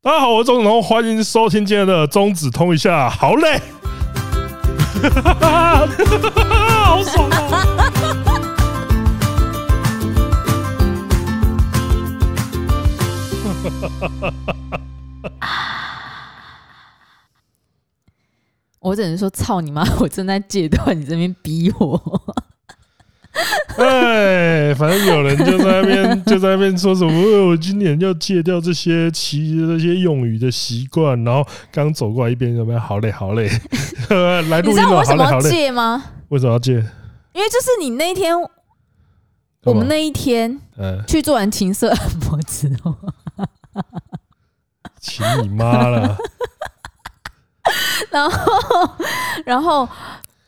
大家好，我是钟子彤，欢迎收听今天的钟子通一下，好嘞， 好爽啊！我只能说操你妈！我正在戒断，你这边逼我。哎，反正有人就在那 边就在那边说什么、呃我今年要戒掉这些奇这些用语的习惯，然后刚走过来一边怎么样？好嘞，好嘞， 来哎你录知音道了，我好为什嘞，么好要嘞，戒吗？为什么要戒？因为就是你那一天，我们那一天嗯，去做完情色按摩之后，请你妈了，然后然后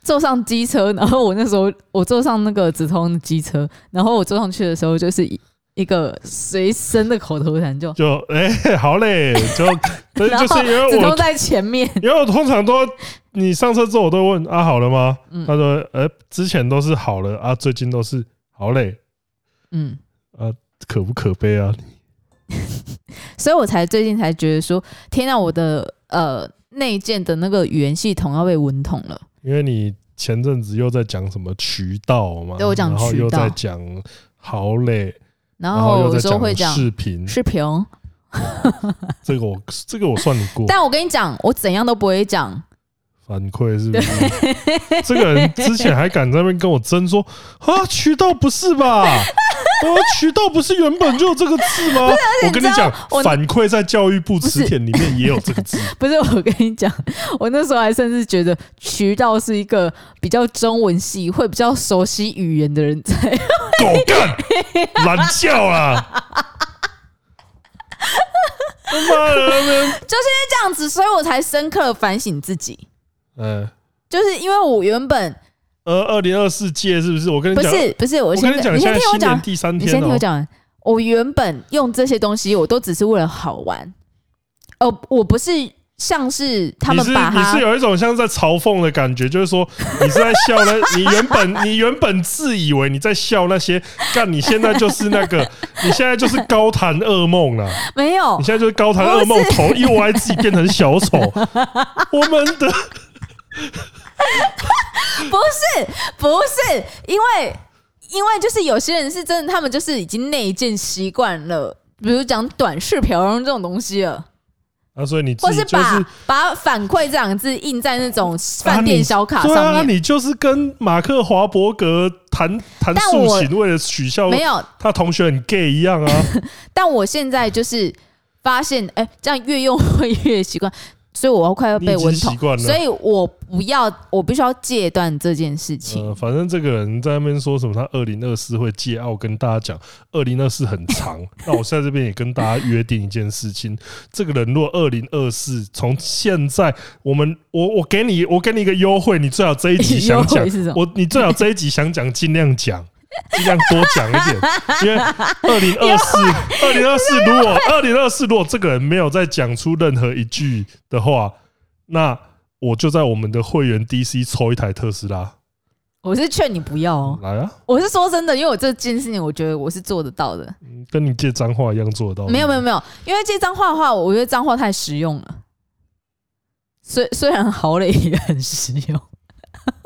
坐上机车，然后我那时候我坐上那个直通的机车，然后我坐上去的时候就是一一个随身的口头禅，就就哎、好嘞， 就对，然后就是因为直我通在前面， 因为我通常都你上车之后，我都会问啊好了吗？嗯他说呃之前都是好了啊，最近都是好嘞，嗯，可不可悲啊？ 所以我才最近才觉得说，天啊，我的呃内建的那个语言系统要被文统了。因为你前阵子又在讲什么渠道嘛，对我讲然后渠又道在讲好嘞，然然后后又有在时候会讲讲视频，视频，这个我这个我算得过，但我跟你讲，我怎样都不会讲。 反馈是不是？ 这个人之前还敢在那边跟我争说啊，渠道不是吧？呃，渠道不是原本就有这个字吗？我跟你你知讲道我，反馈在教育部词典里面也有这个字。不是我跟你讲， 我那时候还甚至觉得渠道是一个比较中文系、会比较熟悉语言的人才。狗干，懒觉啦！他妈的那边， 这样子，所以我才深刻地反省自己，嗯，就是因为我原本呃，二零二四届是不是？我跟你不讲，是不是，我我先跟你讲，你现在先听新我年讲，第三你天先听哦我，讲完。我原本用这些东西，我都只是为了好玩，哦，我不是像是他你们是把你它是有一种像在嘲讽的感觉，就是说你是在笑那，你原本你原本自以为你在笑那些，但你现在就是那 个，你现在就是高谈噩梦了，没有你，现在就是高谈噩梦，不头又歪自己变成小 丑，我们的不是，不是，因为因为就是有些人是真的，他们就是已经内建习惯了，比如讲短视频这种东西了，啊，所以你自或己是就把、是把反馈这两个字印在那种啊饭你店小卡对上啊，面。你就是跟马克华伯格谈谈但竖我琴，为了取笑没有，他同学很 gay 一样啊。但我现在就是发现，哎、这样越用会越习惯，所以我快要你被已经文习统惯，了所以我不要，我必须要戒断这件事情。呃，反正这个人在那边说什么，他二零二四会戒傲，跟大家讲，二零二四很长。 那我在这边也跟大家约定一件事情：这个人若二零二四从现在，我们我我给你我给你一个优惠，你最好这一集想 优讲惠是什么我，你最好这一集想讲，尽量讲。尽量多讲一点， 因为二零二四，二零二四，如果二零二四，如果这个人没有再讲出任何一句的话，那我就在我们的会员 DC 抽一台特斯拉。我是劝你不要哦，来啊，我是说真的，因为我这件事情，我觉得我是做得到的。嗯跟你借脏话一样做得到。没有没有，没有，因为这张画的话，我觉得脏话太实用了。虽虽然好累也很实用，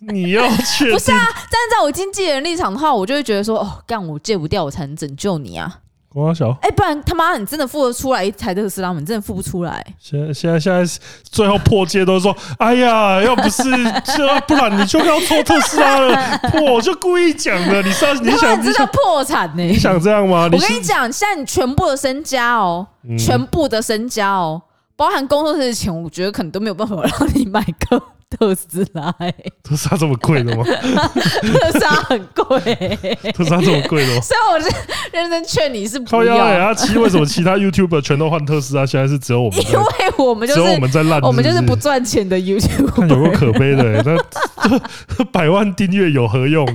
你要确定不是啊？但是在我经纪人立场的话，我就会觉得说，哦，干我戒不掉，我才能拯救你啊！王阿小，哎、不然他妈你真的付得出来一台特斯拉吗？你真的付不出来。现在现在现在最后破戒都说，哎呀，要不是这，不然你就要抽特斯拉了。我就故意讲的，你 上你他妈想的你真的想破产呢、你想这样吗？我是跟你讲，现在你全部的身家哦，嗯全部的身家哦，包含工作室的钱，我觉得可能都没有办法让你买个特斯拉、欸，特斯拉这么贵 的吗？特斯拉很贵欸、特斯拉这么贵的吗？所以我是认真劝你是靠不腰哎、要，阿七为什么其他 YouTuber 全都换特斯拉？现在是只有我们在，因为我们就只有我是们在烂，我们就是不不赚钱的看有够 YouTube。可悲的、欸，那 这百万订阅有何用？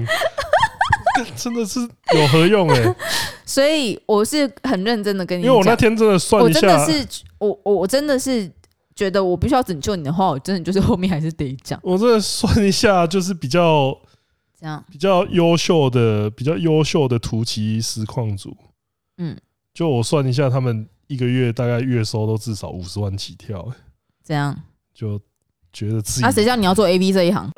真的是有何用哎、 所以我是很认真的跟你因为我那讲，天啊真的算我一真下的，是我我我真的是觉得我必须要拯救你的话，我真的就是后面还是得讲我真的算一下，就是比较这样。比较优秀的、比较优秀的图奇实况组，嗯，就我算一下，他们一个月大概月收都至少五十万起跳、欸这样。就觉得自己啊啊，谁叫你要做 A B 这一行？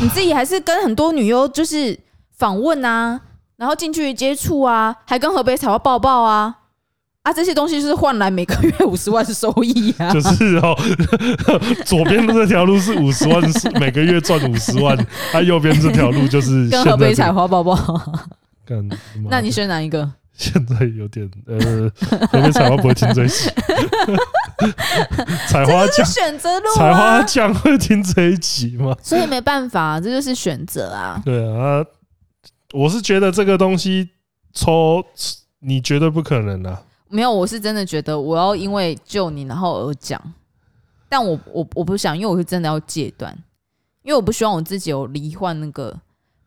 你自己还是跟很多女优就是访问啊，然后进去接触啊，还跟河北草抱抱啊，啊，这些东西就是换来每个月五十万收益啊。就是 哦，左边的这条路是五十万，每个月赚五十万，啊，右边这条路 就是跟现河在北这采个花抱抱，干妈那你选哪一个？ 现在有点呃， 河北采花不会听这一 集，采花这酱是选择路采花啊，酱会听这一集吗？所以没办法，这就是选择啊。对啊，我是觉得这个东西抽你绝对不可能啊，没有，我是真的觉得我要因为救你然后而讲，但我我我不想，因为我是真的要戒断，因为我不希望我自己有罹患那个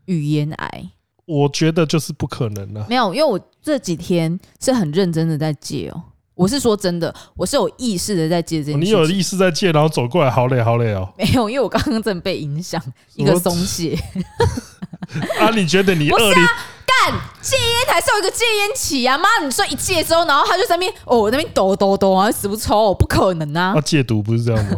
语言癌。我觉得就是不可能啊。没有，因为我这几天是很认真的在戒哦、我是说真的，我是有意识的在戒这件事哦你情。有意识在借，然后走过来，好累，好累哦。没有？因为我刚刚真的被影响，一个松懈。啊，你觉得你不是二啊零干戒烟还是有一个戒烟期啊！妈，你说一戒之后，然后他就在那边哦，那边抖抖抖啊，死不抽、不可能啊！啊，戒毒不是这 样吗？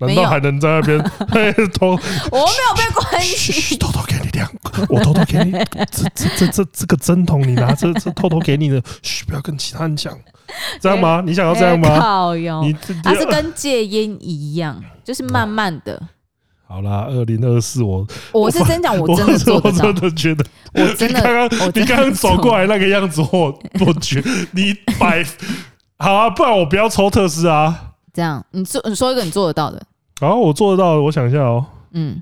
难没道有还能在那 边嘿偷我没有被关嘘心嘘，偷偷给你两个，我偷偷给你这这这这这个针筒，你拿这这偷偷给你的，嘘，不要跟其他人讲，这样吗？你想要这样吗？靠哟你，这它是跟戒烟一样，就是慢慢的。好啦，二零二四，我我是真讲，我真的我做我得到真，的觉得，我真你刚的，刚我你真的刚刚走做过来那个样子，我我觉得你百好啊，不然我不要抽特斯啊。这样，你做你说一个你做得到的，然后我做得到的，我想一下哦，嗯，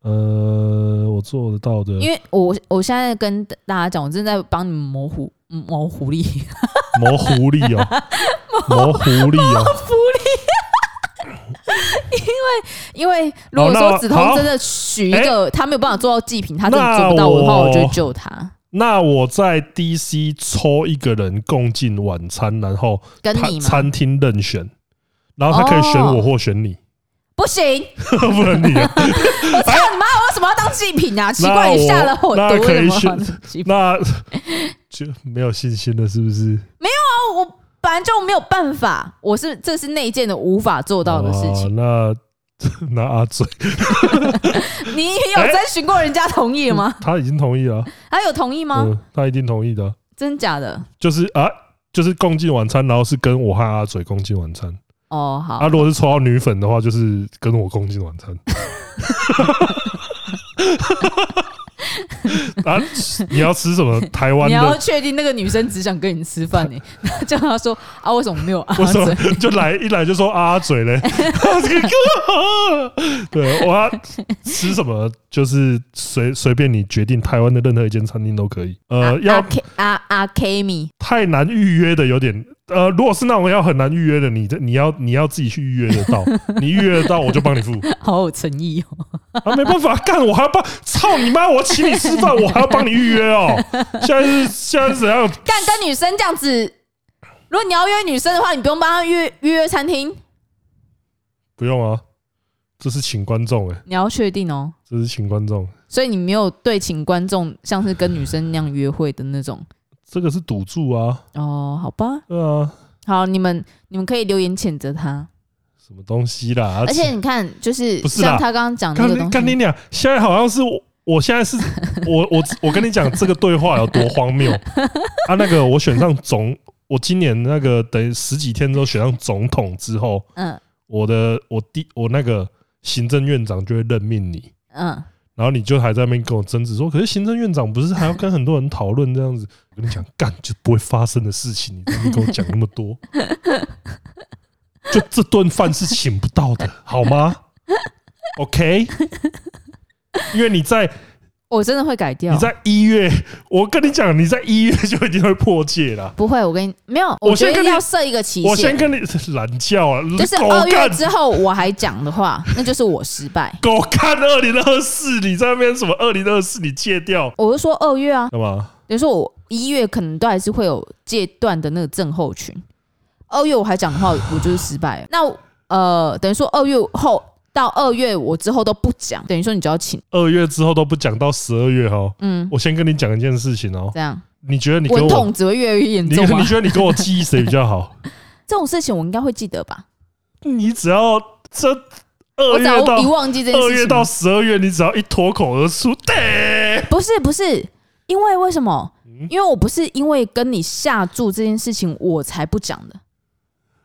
呃，我做得到的，因为我我现在跟大家讲，我正在帮你们模糊嗯模糊力，磨狐狸哦，磨狐狸哦，因为如果好那说我梓潼真的许一个他没有办法做到祭品，他真的做不那到我的话，我我就会救他，那我在 DC 抽一个人共进晚餐，然后跟他你嘛餐厅任选，然后他可以选我或选你，哦不行， 不能你 啊。我操你妈，我为什么要当祭品啊？奇那怪，你下了我我那毒可以为什么要选当祭品？那就没有信心了，是不是？哦我本来就没有办法，我是这是内建的无法做到的事情。啊那 那阿嘴你有征询过人家同意吗？ 他已经同意了啊，他有同意吗？嗯，他一定同意的啊，真假的？就是啊。就是共进晚餐，然后是跟我和阿嘴共进晚餐。哦，好啊，，如果是抽到女粉的话，就是跟我共进晚 餐。啊，你要吃什么？台湾你要的？确定那个女生只想跟你吃 饭呢、欸，叫她说啊，为什么没有阿为什么 嘴？就来一来就说啊啊嘴嘞？ 对，我要吃什么就是随随便你决定，台湾的任何一间餐厅都可以。啊呃，要阿 K 阿阿 K 米太难预约的有点，呃，如果是那种要很难预约的，你这你要你要自己去预约得到，你预约得到我就帮你付。好有诚意哦，啊，没办法，干我还要帮，操你妈！我请你吃 饭，我还要帮你预约哦。现在是现在是怎样？干跟女生这样子。如果你要约女生的话，你不用帮她约预约餐厅，不用啊，这是请观众哎、你要确定哦。这是请观众，所以你没有对请观众像是跟女生那样约会的那种这个是赌注啊，哦，好吧，对啊，好，你们你们可以留言谴责他。什么东西啦？啊而且你看，就是不是啦像他刚刚讲那干个你干东你西，俩，现在好像是我，我现在是我我我跟你讲这个对话有多荒谬啊！那个我选上总，我今年那个等于十几天之后选上总统之后，嗯我的我第我那个行政院长就会任命你。嗯，然后你就还在那边跟我争执说，可是行政院长不是还要跟很多人讨论这样子？ 我跟你讲，干就不会发生的事情，你在那边跟我讲那么多， 就这顿饭是请不到的，好吗？OK，因为你在我真的会改掉你。在一月，我跟你讲，你在一月就一定会破戒啦。不会，我跟你没有，我我先觉跟得你要设一个期我先限，跟你懒觉啊，就是狗二月干之后我还讲的话，那就是我 失败。狗看二零二四，你在那边什么二零二四，你戒掉我就说二月啊，干嘛？比如说我一月可能都还是会有戒断的那个症候群，二月我还讲的话，我就是失败了。 那呃，等于说二月后到二月我之后都不讲，等于说你就要请，二月之后都不讲到十二月哦。 嗯，我先跟你讲一件事情哦，这样你觉得你跟文我痛，只会越来越严你 重你啊！觉得你跟我记忆谁比较好？ 这种事情我应该会记得吧？你只要这我二只月要一到忘记这件二事月情，到十二月，你只要一脱口而出， 对，不是不是，因为为什么？嗯因为我不是因为跟你下注这件事情我才不讲的，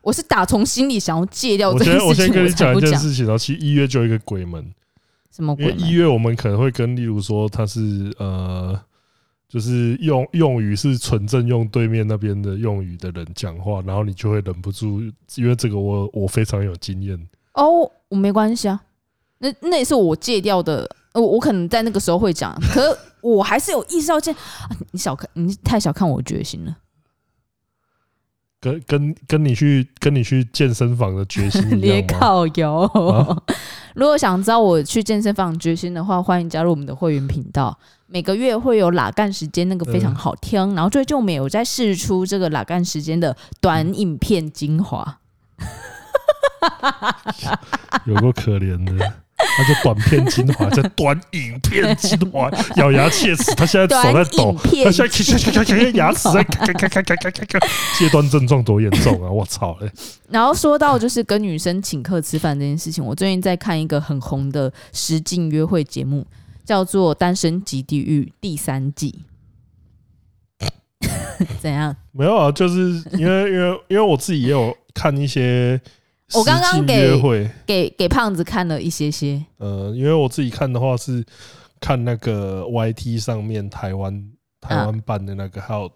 我是打从心里想要戒掉我这件先我事先跟情你才讲不一件讲。事情哦，其实一月就有一个鬼门，什么因为鬼一门？啊月我们可能会跟，例如说他是呃，就是用用语是纯正用对面那边的用语的人讲话，然后你就会忍不住，因为这个我我非常有经验，哦，我没关系啊，那那也是我戒掉的，呃我我可能在那个时候会讲，可我还是有意识到这、啊，你小看你太小看我决心了，跟跟跟你去跟你去健身房的决心 一别样吗？靠油。啊 如果想知道我去健身房决心的话，欢迎加入我们的会员频道。每个月会有拉干时间，那个非嗯常好听。然后最近我们有在试出这个拉干时间的短影片精华，有够可怜的。他就短片精华，在短影片精华，咬牙切齿。他现在手短在抖影，片他现在咔咔咔咔咔牙齿 在咔咔咔咔咔咔咔，戒断症状多严重啊！我操嘞！然后说到就是跟女生请客吃饭这件事情，我最近在看一个很红的实境约会节目，叫做《单身即地狱》第三季。 怎样？没有啊，就是因为因为因为我自己也有看一些实我刚刚际给约会，给给胖子看了一些些，呃，因为我自己看的话是看那个 YT 上面台湾台湾办的那个，还有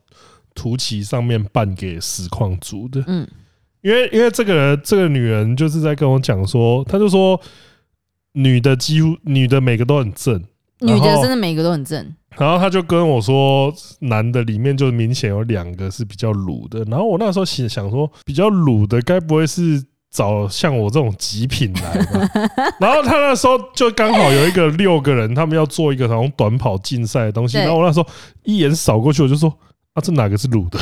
图奇上面办给实况组的，嗯，因为因为这个这个女人就是在跟我讲说，她就说女的几乎女的每个都很正，然女后的真的每个都很正，然后他就跟我说，男的里面就明显有两个是比较鲁的。然后我那时候想想说，比较鲁的该不会是找像我这种极品来吧？然后他那时候就刚好有一个六个人，他们要做一个好像短跑竞赛的东西。对然后我那时候一眼扫过去，我就说啊，这哪个是鲁的？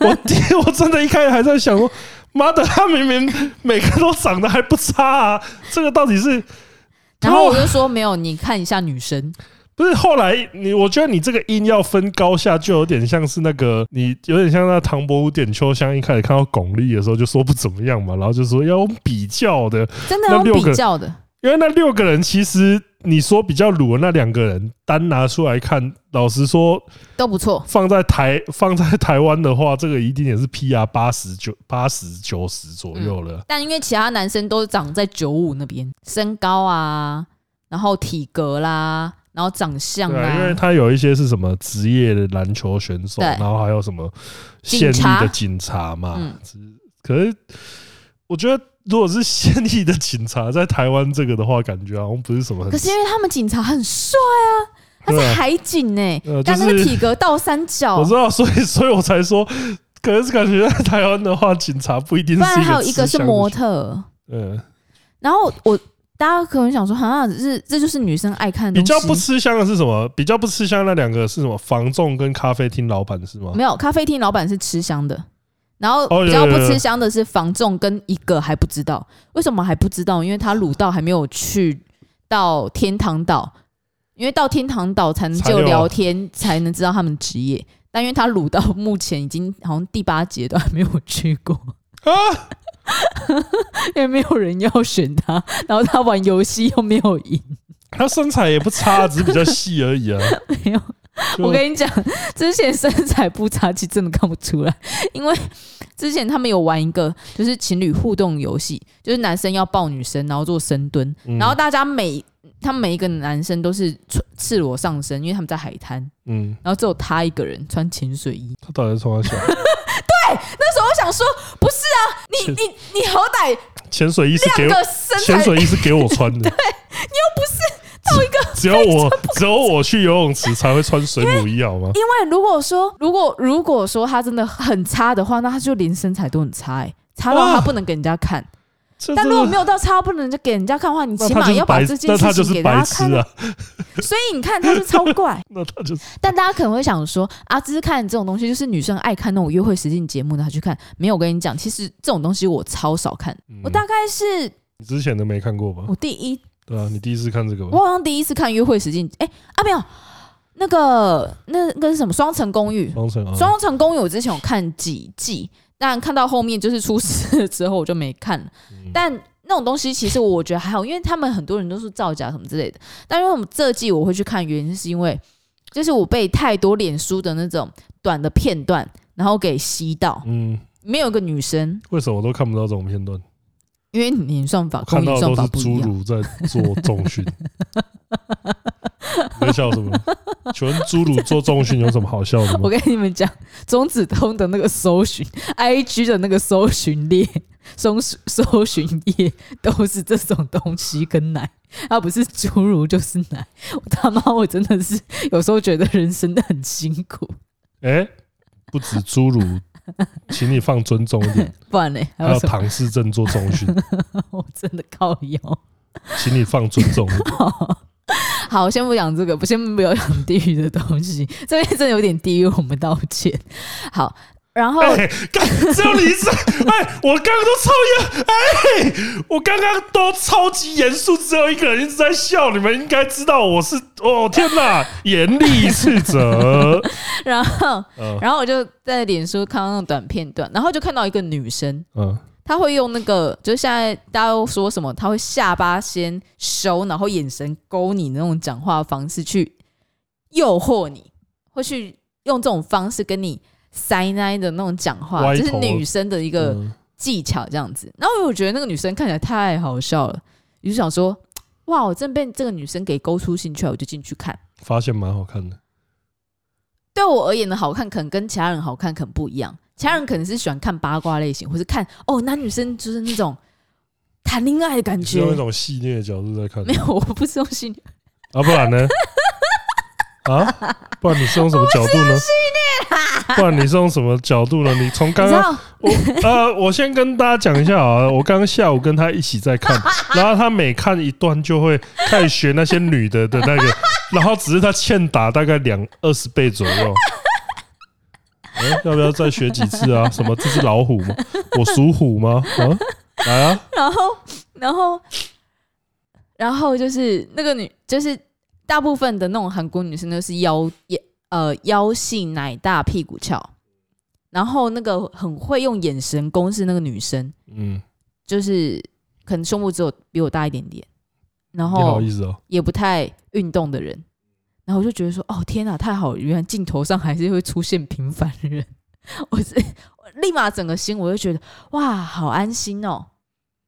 我天！我真的一开始还在想说，妈的，他明明每个都长得还不差啊，这个到底是？然后我就说没有，你看一下女生，不是后来你，我觉得你这个音要分高下，就有点像是那个你有点像那唐伯虎点秋香一开始看到巩俐的时候就说不怎么样嘛，然后就说要用比较的，真的那要六个比较的，因为那六个人其实你说比较鲁的那两个人单拿出来看，老实说都不错。放在台放在台湾的话，这个一定也是 P R 八十九八十九十左右了。但因为其他男生都长在九五那边，身高啊，然后体格啦，然后长相对、啊，因为啦，他有一些是什么职业的篮球选手，对然后还有什么县警立察的警察嘛。嗯只可是我觉得，如果是县立的警察在台湾这个的话，感觉好像不是什么很。可是因为他们警察很帅啊，他对是啊海警呢、呃就但是那个体哦格倒三角我，知道，所以 所以我才说，可是感觉在台湾的话，警察不一定不是然还有一一个个是吃香的模选特。嗯，然后我大家可能想说，好像是这就是女生爱看的比东西较不吃香的是什么？比较不吃香那两个是什么？房仲跟咖啡厅老板是吗？没有咖啡厅老板是吃香的，然后哦有比较有不有吃香的是房仲跟一个还不知道为什么还不知道，因为他鲁道还没有去到天堂岛，因为到天堂岛才能才就有聊天，才能知道他们职业。但因为他鲁到目前已经好像第八节都还没有去过， 啊， 因为没有人要选他，然后他玩游戏又没有赢，他身材也不差，只是比较细而已啊。没有就我跟你讲， 之前身材不差，其实真的看不出来，因为之前他们有玩一个就是情侣互动游戏，就是男生要抱女生，然后做深蹲，嗯 然后大家每他们每一个男生都是赤赤裸上身，因为他们在海滩，嗯。然后只有他一个人穿潜水衣。他到底在冲他 笑？那时候我想说，不是啊，你你你好歹潜水衣是给那我，个身潜材水衣是给我穿 的。对，你又不是到一个只有我只有我去游泳池才会穿水母衣好吗？因为如果说，如果如果说他真的很差的话，那他就连身材都很差、欸，差到他哇不能给人家看。这但真如果没的，有到差不能就给人家看的话，你那起他码就是要把白这，件那他事就情是给大白家痴看。啊！所以你看，他是超怪 。那他就是但大家可能会想说啊，只是看这种东西，就是女生爱看那种约会实境节目，然后去看。没有，我跟你讲，其实这种东西我超少看。嗯嗯我大概是你之前都没看过吧我？第一，嗯对啊，你第一次看这个吧我？好像第一次看约会实境，哎、啊没有，那个那那个是什么双层公寓？双层啊，双层公寓我之前有看几季，但看到后面就是出事了之后我就没看了。嗯但那种东西其实我觉得还好，因为他们很多人都是造假什么之类的。但因为我们这季我会去看，原因是因为就是我被太多脸书的那种短的片段，然后给吸到。嗯，里面有个女生，为什么我都看不到这种片段？因为演算法我看跟我演到算都法是不一侏样，儒在做重 训。你在笑什么？ 请问侏儒做重训有什么好笑的 我吗？跟你们讲，钟子通的那个搜寻，IG 的那个搜寻列，搜搜寻页都是这种东西跟奶，它不是侏儒就是奶。我他妈，我真的是有时候觉得人生的很辛苦，哎、不止侏儒，请你放尊重一点。不然呢还还有有什么？唐氏症做重训，我真的靠腰。 请你放尊重一点。哦好，先不讲这个，不先不要讲地狱的东西，这边真的有点地狱，我们道歉。好，然后哎，干只有你在。哎，我刚刚都超严，哎，我刚刚都超级严肃，只有一个人一直在笑。你们应该知道我是，哦天哪，严厉斥责。 然后嗯然后我就在脸书看到那种短片段，然后就看到一个女生，嗯，她会用那个，就是现在大家都说什么，她会下巴先收，然后眼神勾你那种讲话方式去诱惑你，会去用这种方式跟你塞奶的那种讲话，歪头这是女生的一个嗯技巧这样子。然后我觉得那个女生看起来太好笑了，我就想说，哇，我真被这个女生给勾出兴趣来，我就进去看。发现蛮好看的。对我而言的好看，可能跟其他人好看可能不一样。其他人可能是喜欢看八卦类型，或是看哦男女生就是那种谈恋爱的感你是觉。用一种戏谑的角度在看没有，我不是用心，啊，不然 呢？啊，不然你是用什么角度呢？不然你是用什么角度呢？你从刚啊你知刚我道 呃，我先跟大家讲一下啊，我刚刚下午跟他一起在 看，然后他每看一段就会开始学那些女的的那 个，然后只是他欠打大概两二十倍左 右。哎、要不要再学几次啊？什么这是老虎吗？我属虎吗？啊，来啊！然后，然后，然后就是那个女，就是大部分的那种韩国女生都是腰也呃腰细奶大屁股翘，然后那个很会用眼神攻势那个女生，嗯，就是可能胸部只有比我大一点点，然你后好意思哦、也不太运动的人，然后我就觉得说，哦天哪，太好了，原来镜头上还是会出现平凡人， 我是我立马整个心我就觉得哇，好安心哦。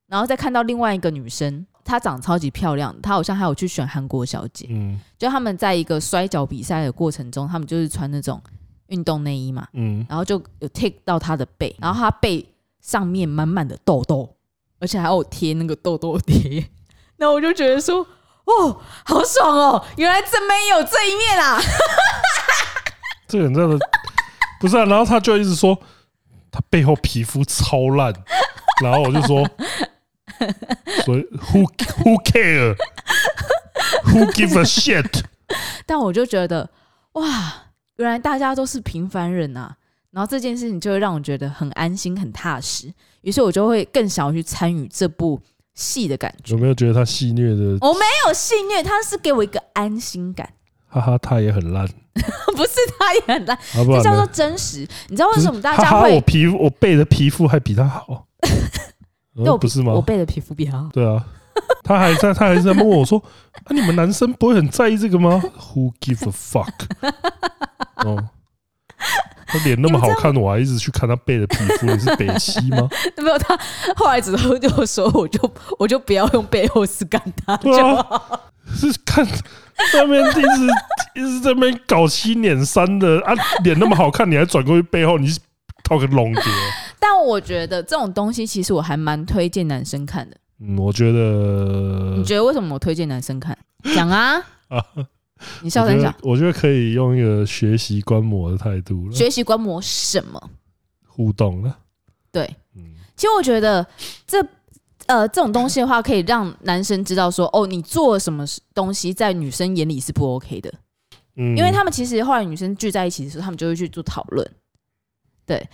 然后再看到另外一个女生，她长得超级漂亮，她好像还有去选韩国小姐，嗯就他们在一个摔跤比赛的过程中，他们就是穿那种运动内衣嘛，嗯，然后就有 take 到她的背，然后她背上面满满的痘痘，而且还有贴那个痘痘贴。 那我就觉得说，哦，好爽哦，原来正妹也有这一面啊！ 这个人真的不是啊。然后他就一直说他背后皮肤超烂，然后我就说， 所以 who who care who give a shit？但我就觉得，哇，原来大家都是平凡人啊。然后这件事情就会让我觉得很安心、很踏实，于是我就会更想要去参与这部戏的感觉。有没有觉得他戏虐的？哦我没有戏虐，他是给我一个安心感，哈哈，他也很烂， 不是他也很烂，好不这好叫做呢？真实。你知道为就是什么大哈家哈，我会？皮肤我背的皮肤还比他好， 嗯对我不是吗我？背的皮肤比较好。对啊，他还在，他还在问我说：“ 啊，你们男生不会很在意这个吗？”Who give a fuck？哦，他脸那么好看，我还一直去看他背的皮肤，你是北西 吗？ 没有他后来只是就说，我就我就不要用背后事干他就对啊好。 是看那边一直一直在那边搞七捻三的啊，脸那么好看，你还转过去背后，你是套个龙结？但我觉得这种东西，其实我还蛮推荐男生看的。嗯，我觉得你觉得为什么我推荐男 生看？讲啊，嗯啊，你笑声讲，我觉得可以用一个学习观摩的态度了，学习观摩什么？互动了。对，嗯，其实我觉得这呃这种东西的话，可以让男生知道说，哦，你做了什么东西在女生眼里是不 OK 的，因因为他们其实后来女生聚在一起的时候，他们就会去做讨论。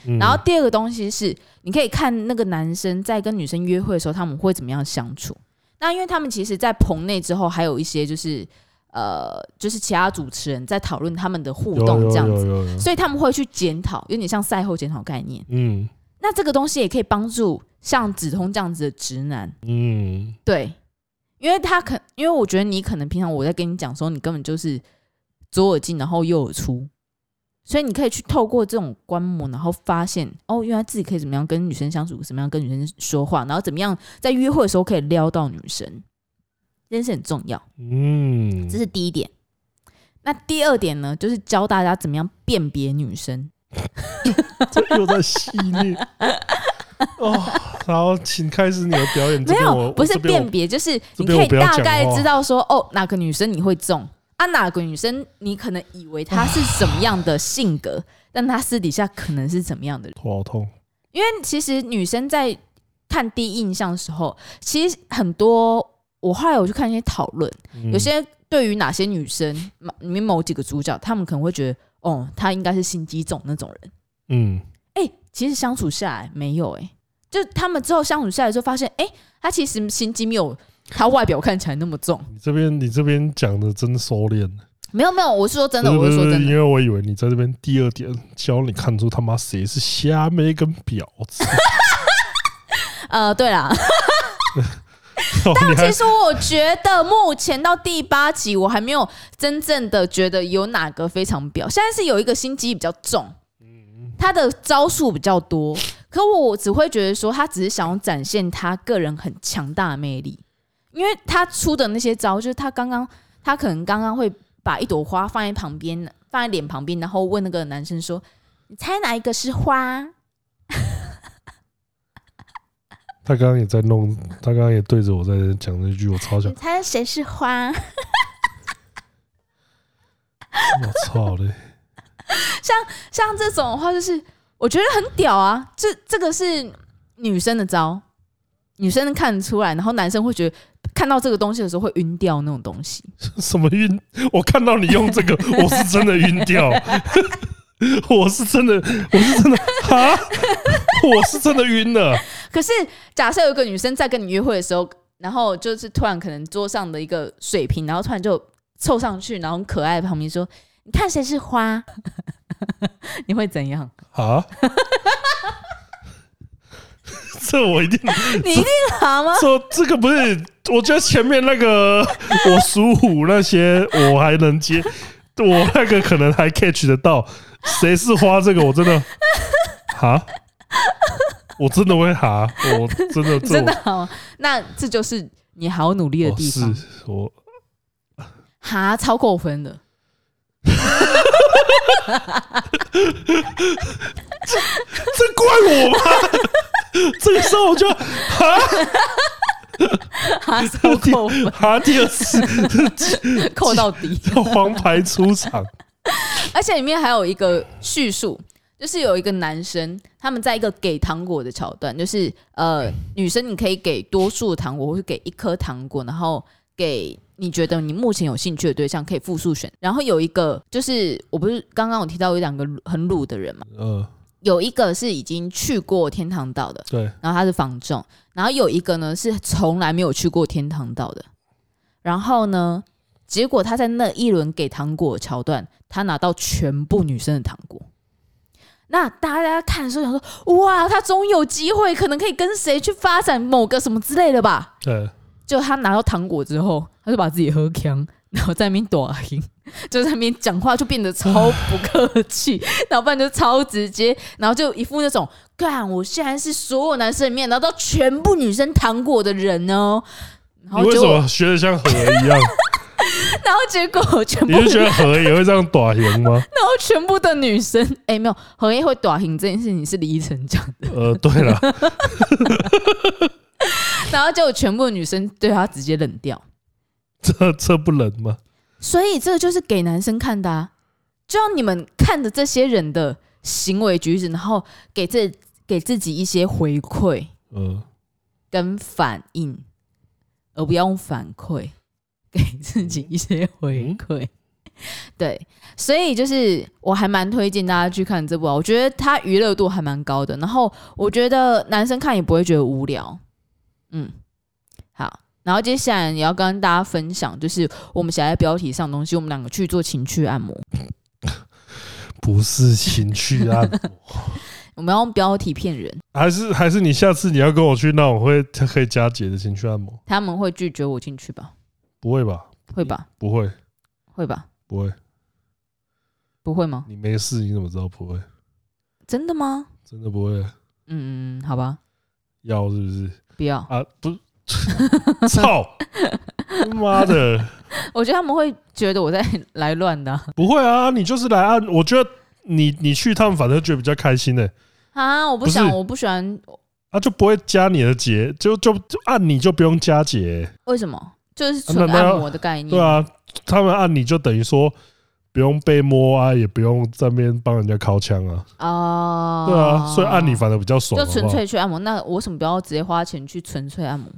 嗯，然后第二个东西是，你可以看那个男生在跟女生约会的时候，他们会怎么样相处。那因为他们其实，在棚内之后，还有一些就是呃，就是其他主持人在讨论他们的互有动有这样有子，有有，所以他们会去检讨，有点像赛后检讨概念。嗯那这个东西也可以帮助像子通这样子的直男，嗯，对，因为他可，因为我觉得你可能平常我在跟你讲的时候，你根本就是左耳进，然后右耳出，所以你可以去透过这种观摩，然后发现哦，原来自己可以怎么样跟女生相处，怎么样跟女生说话，然后怎么样在约会的时候可以撩到女生，这件事很重要，嗯这，是第一点。那第二点呢，就是教大家怎么样辨别女生。这又在系 列哦。好，请开始你的表演。没这边我有，不是这边我辨别，就是这你边可我以不要大讲概话知道说，哦，哪个女生你会中啊，哪个女生你可能以为她是什么样的性格，但她私底下可能是怎么样的人。头好痛。因为其实女生在看第一印象的时候，其实很多，我后来我去看一些讨论，嗯有些对于哪些女生某里面某几个主角，他们可能会觉得，哦，她应该是心机重那种人。嗯哎、其实相处下来没有哎、就他们之后相处下来之后发现，哎、他其实心机没有他外表看起来那么重。你这边你这边讲的真收敛，没有没有，我是说真的，不我不是说真因的，为我以为你在这边第二点教你看出他妈谁是虾妹跟婊子， 呃，对啦，然后你还其实我觉得目前到第八集，我还没有真正的觉得有哪个非常表，现在是有一个心机比较重，嗯他的招数比较多，可我只会觉得说他只是想要展现他个人很强大的魅力，因为他出的那些招，就是他刚刚他可能刚刚会把一朵花放在旁边，放在脸旁边，然后问那个男生说：“你猜哪一个是花？”他刚刚也在弄，他刚刚也对着我在讲那句，我超想你，猜谁是花？ 我操嘞！像这种的话，就是我觉得很屌啊，这这个是女生的招，女生看得出来，然后男生会觉得看到这个东西的时候会晕掉那种东西。什么晕？我看到你用这 个，我是真的晕掉， 我是真的，我是真的哈，我是真的晕了。可是假设有一个女生在跟你约会的时候，然后就是突然可能桌上的一个水瓶，然后突然就凑上去，然后很可爱地旁边说：“你看谁是花？” 你会怎样？啊！ 这我一定，你一定好吗？这这个不是，我觉得前面那个我属虎那些我还能接，我那个可能还 catch 得到。谁是花这个我真的哈，我真的会哈，我真的你这真的好吗？那这就是你好努力我的哦地方。是我哈，超扣分的。这怪我吗？ 这个时候我就哈哈， 超扣分，哈第二次扣到底。黄牌出场，而且里面还有一个叙述，就是有一个男生，他们在一个给糖果的桥段，就是呃，女生你可以给多数的糖果，或是给一颗糖果，然后给你觉得你目前有兴趣的对象可以复数选。然后有一个就是，我不是刚刚有提到有两个很鲁的人嘛，嗯，有一个是已经去过天堂岛的，对，然后他是房仲，然后有一个呢是从来没有去过天堂岛的，然后呢，结果他在那一轮给糖果的桥段，他拿到全部女生的糖果。那大家看的时候想说，哇，他终于有机会，可能可以跟谁去发展某个什么之类的吧？对，就他拿到糖果之后，他就把自己喝呛，然后在那边躲赢， 就在那边讲话就变得超不客气，然后不然就超直接，然后就一副那种干，我现在是所有男生里面拿到全部女生糖果的人哦。然你后为结什果，么学的像河一样？ 然后结果全部你是觉得河也会这样短言吗？ 然后全部的女生，哎、没有，何燕会短行这件事情是李依晨讲的， 呃，对了，然后就全部的女生对她直接冷掉，这这不冷吗？所以这个就是给男生看的啊，就让你们看着这些人的行为举止，然后给自给自己一些回馈嗯，跟反应，而不要用反馈，给自己一些回馈。 对，所以就是我还蛮推荐大家去看这部啊，我觉得它娱乐度还蛮高的，然后我觉得男生看也不会觉得无聊。嗯，好，然后接下来也要跟大家分享，就是我们写在标题上的东西，我们两个去做情趣按摩，不是情趣 按摩，我们要用标题骗人，还是还是你下次你要跟我去，那我会可以加姐的情趣按摩，他们会拒绝我进去吧？不会吧？会吧？不会，会吧？不会，不会吗？你没事，你怎么知道不会？真的吗？真的不会，嗯，好吧，要是不是不要。啊？不，操！妈的！我觉得他们会觉得我在 来乱的啊不会啊，你就是来按，我觉得你你去他们反正觉得比较开心的、啊，我不不是想，我不喜欢，啊就不会加你的节，就就就按你就不用加节、为什么？就是啊纯那那按要摩的概念，对啊，嗯他们按你就等于说不用被摸啊，也不用在那边帮人家敲枪啊，哦，对啊，所以按你反而比较爽，就好纯不好？粹去按摩。那我为什么不要直接花钱去纯粹按摩？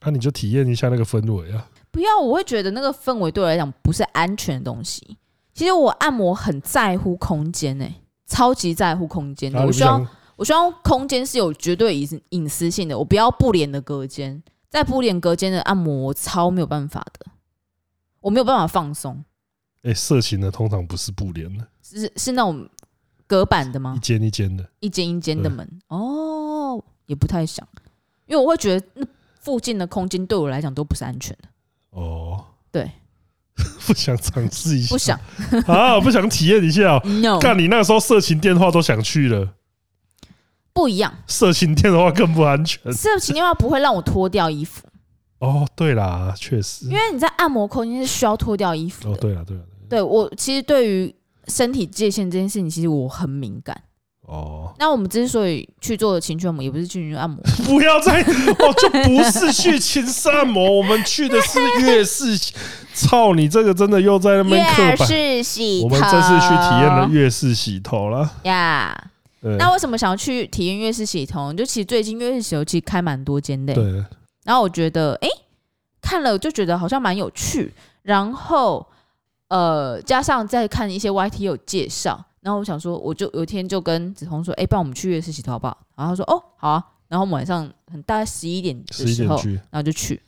啊你就体验一下那个氛围啊，不要，我会觉得那个氛围对我来讲不是安全的东西。其实我按摩很在乎空间诶、超级在乎空间的。然后啊你我不希望想我希望空间是有绝对隐私隐私性的，我不要不连的隔间，在不连隔间的按摩我超没有办法的，我没有办法放松，哎、色情的通常不是布帘的，是是那种隔板的吗一？间一间的，一间一间的对门哦，也不太想，因为我会觉得那附近的空间对我来讲都不是安全的，哦，对， 不想尝试一下，不想啊，不想体验一下、哦。 no 干你那个时候色情电话都想去了。不一样，色情店的话更不安全。色情电话不会让我脱掉衣服，哦，对啦，确实因。为你在按摩空间是需要脱掉衣服哦，的。对啦，对啦，对我其实对于身体界限这件事情，其实我很敏感。哦，那我们之所以去做情趣按摩，也不是情 趣按摩，不要再，哦，就不是去情色按 摩，我们去的是月式。操你这个真的又在那边刻板。是洗我们这次去体验了月式洗头了。呀。对那为什么想要去体验月式洗头？就其实最近月式洗头其实开蛮多间的欸、对，然后我觉得，诶，看了就觉得好像蛮有趣。然后，呃，加上再看一些 YT 有介绍，然后我想说，我就有一天就跟子彤说，诶，不然我们去月式洗头好不好？然后他说，哦，好啊。然后我们晚上很大概十一点十的一时点候，去，然后就去。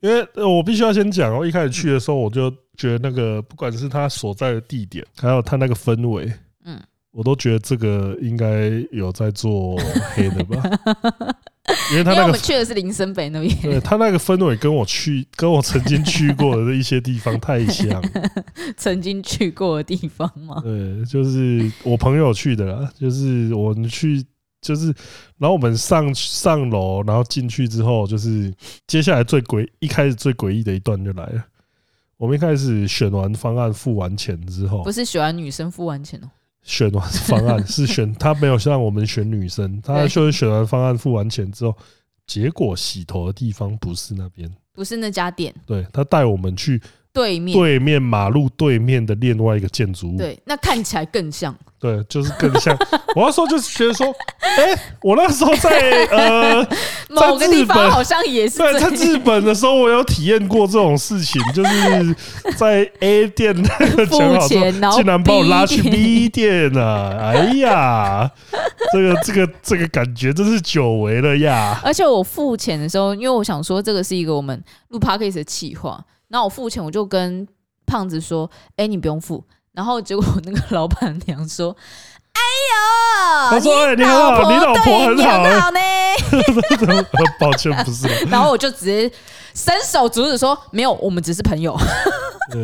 因为呃我必须要先讲哦，一开始去的时候我就觉得那个不管是它所在的地点，还有它那个氛围，嗯嗯，我都觉得这个应该有在做黑的吧，因为它因为那我个们去的是林森北那边，对他那个氛围跟我去跟我曾经去过的一些地方太像了，曾经去过的地方吗？ 对，就是我朋友去的啦，就是我们去，就是然后我们上上楼，然后进去之后，就是接下来最诡一开始最诡异的一段就来了。我们一开始选完方案、付完钱之后不，是喜欢女生付完钱哦、选完方案是 选他没有让我们选女生，他对就是选完方案、付完钱之后，结果洗头的地方不是那边，不是那家店对他带我们去对面，对面马路对面的另外一个建筑物，对那看起来更像。对，就是更像。我要说就是觉得说，哎、我那时候在呃，某个地在日方本好像也是对，在这日本的时候，我有体验过这种事情，就是在 A 店那个付讲好之后，钱，然后竟然把我拉去 B B 店啊！哎呀，这个这个这个感觉真是久违了呀！ 而且我付钱的时候，因为我想说这个是一个我们录 podcast 的企划，然后我付钱我就跟胖子说：“哎、你不用付。”然后结果那个老板娘说：“哎他呦，说哎你很老好婆你老婆对很你好哎很好呢。抱歉，不是啦”然后我就直接伸手阻止说：“没有，我们只是朋友。” 呃，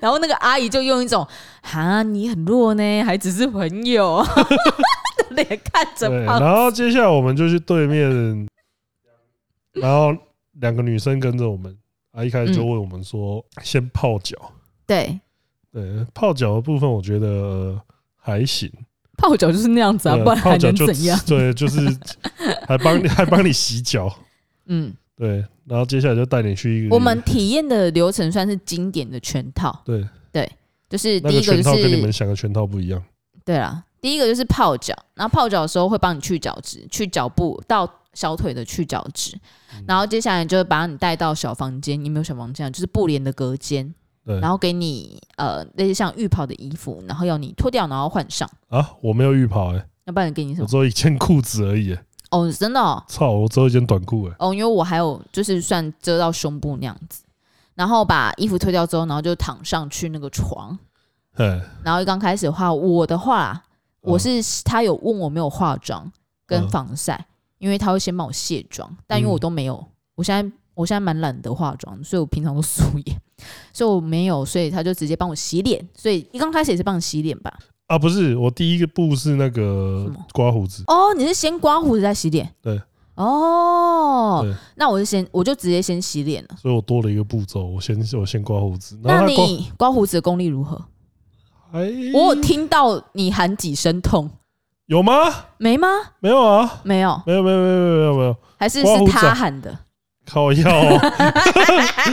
然后那个阿姨就用一种“哈，你很弱呢，还只是朋友” 的脸看着对，胖，然后接下来我们就去对面，然后两个女生跟着我们，啊，一开嗯始就问我们说，先泡脚。对，对，泡脚的部分我觉得、呃还行，泡脚就是那样子啊，对不然泡还脚能就怎样？对，就是 还帮你还帮你洗脚，嗯，对，然后接下来就带你去一个我们体验的流程算是经典的全套，对就是那第个一个圈就套跟你是们想的圈套不一样，对啦，第一个就是泡脚，然后泡脚的时候会帮你去角质、去脚部到小腿的去角质，嗯然后接下来就会把你带到小房间，你有没有小房间啊？就是布帘的隔间，对然后给你呃类似像浴袍的衣服，然后要你脱掉，然后换上。啊，我没有浴袍哎、要不然给你什我么？只有一件裤子而已、欸，哦，真的哦，操！我只有一件短裤哎，哦，因为我还有就是算遮到胸部那样子，然后把衣服脱掉之后，然后就躺上去那个床，哎，然后刚开始的话，我的话我嗯是他有问我没有化妆跟嗯防晒，因为他会先帮我卸妆，但因为嗯我都没有，我现在我现在蛮懒得化妆，所以我平常都素颜， 所以我没有，所以他就直接帮我洗脸，所以一刚开始也是帮你洗脸吧？啊，不是，我第一个步是那个什么刮胡子，哦，你是先刮胡子再洗脸？对。哦对，那我就先我就直接先洗脸了。所以我多了一个步骤，我先我先刮胡子，然那后他刮，你刮胡子的功力如何？哎，我有听到你喊几声痛，有吗？没吗？没有啊，没有，没有没有没有没有没有没有，还是刮是胡子啊他喊的？靠药哦，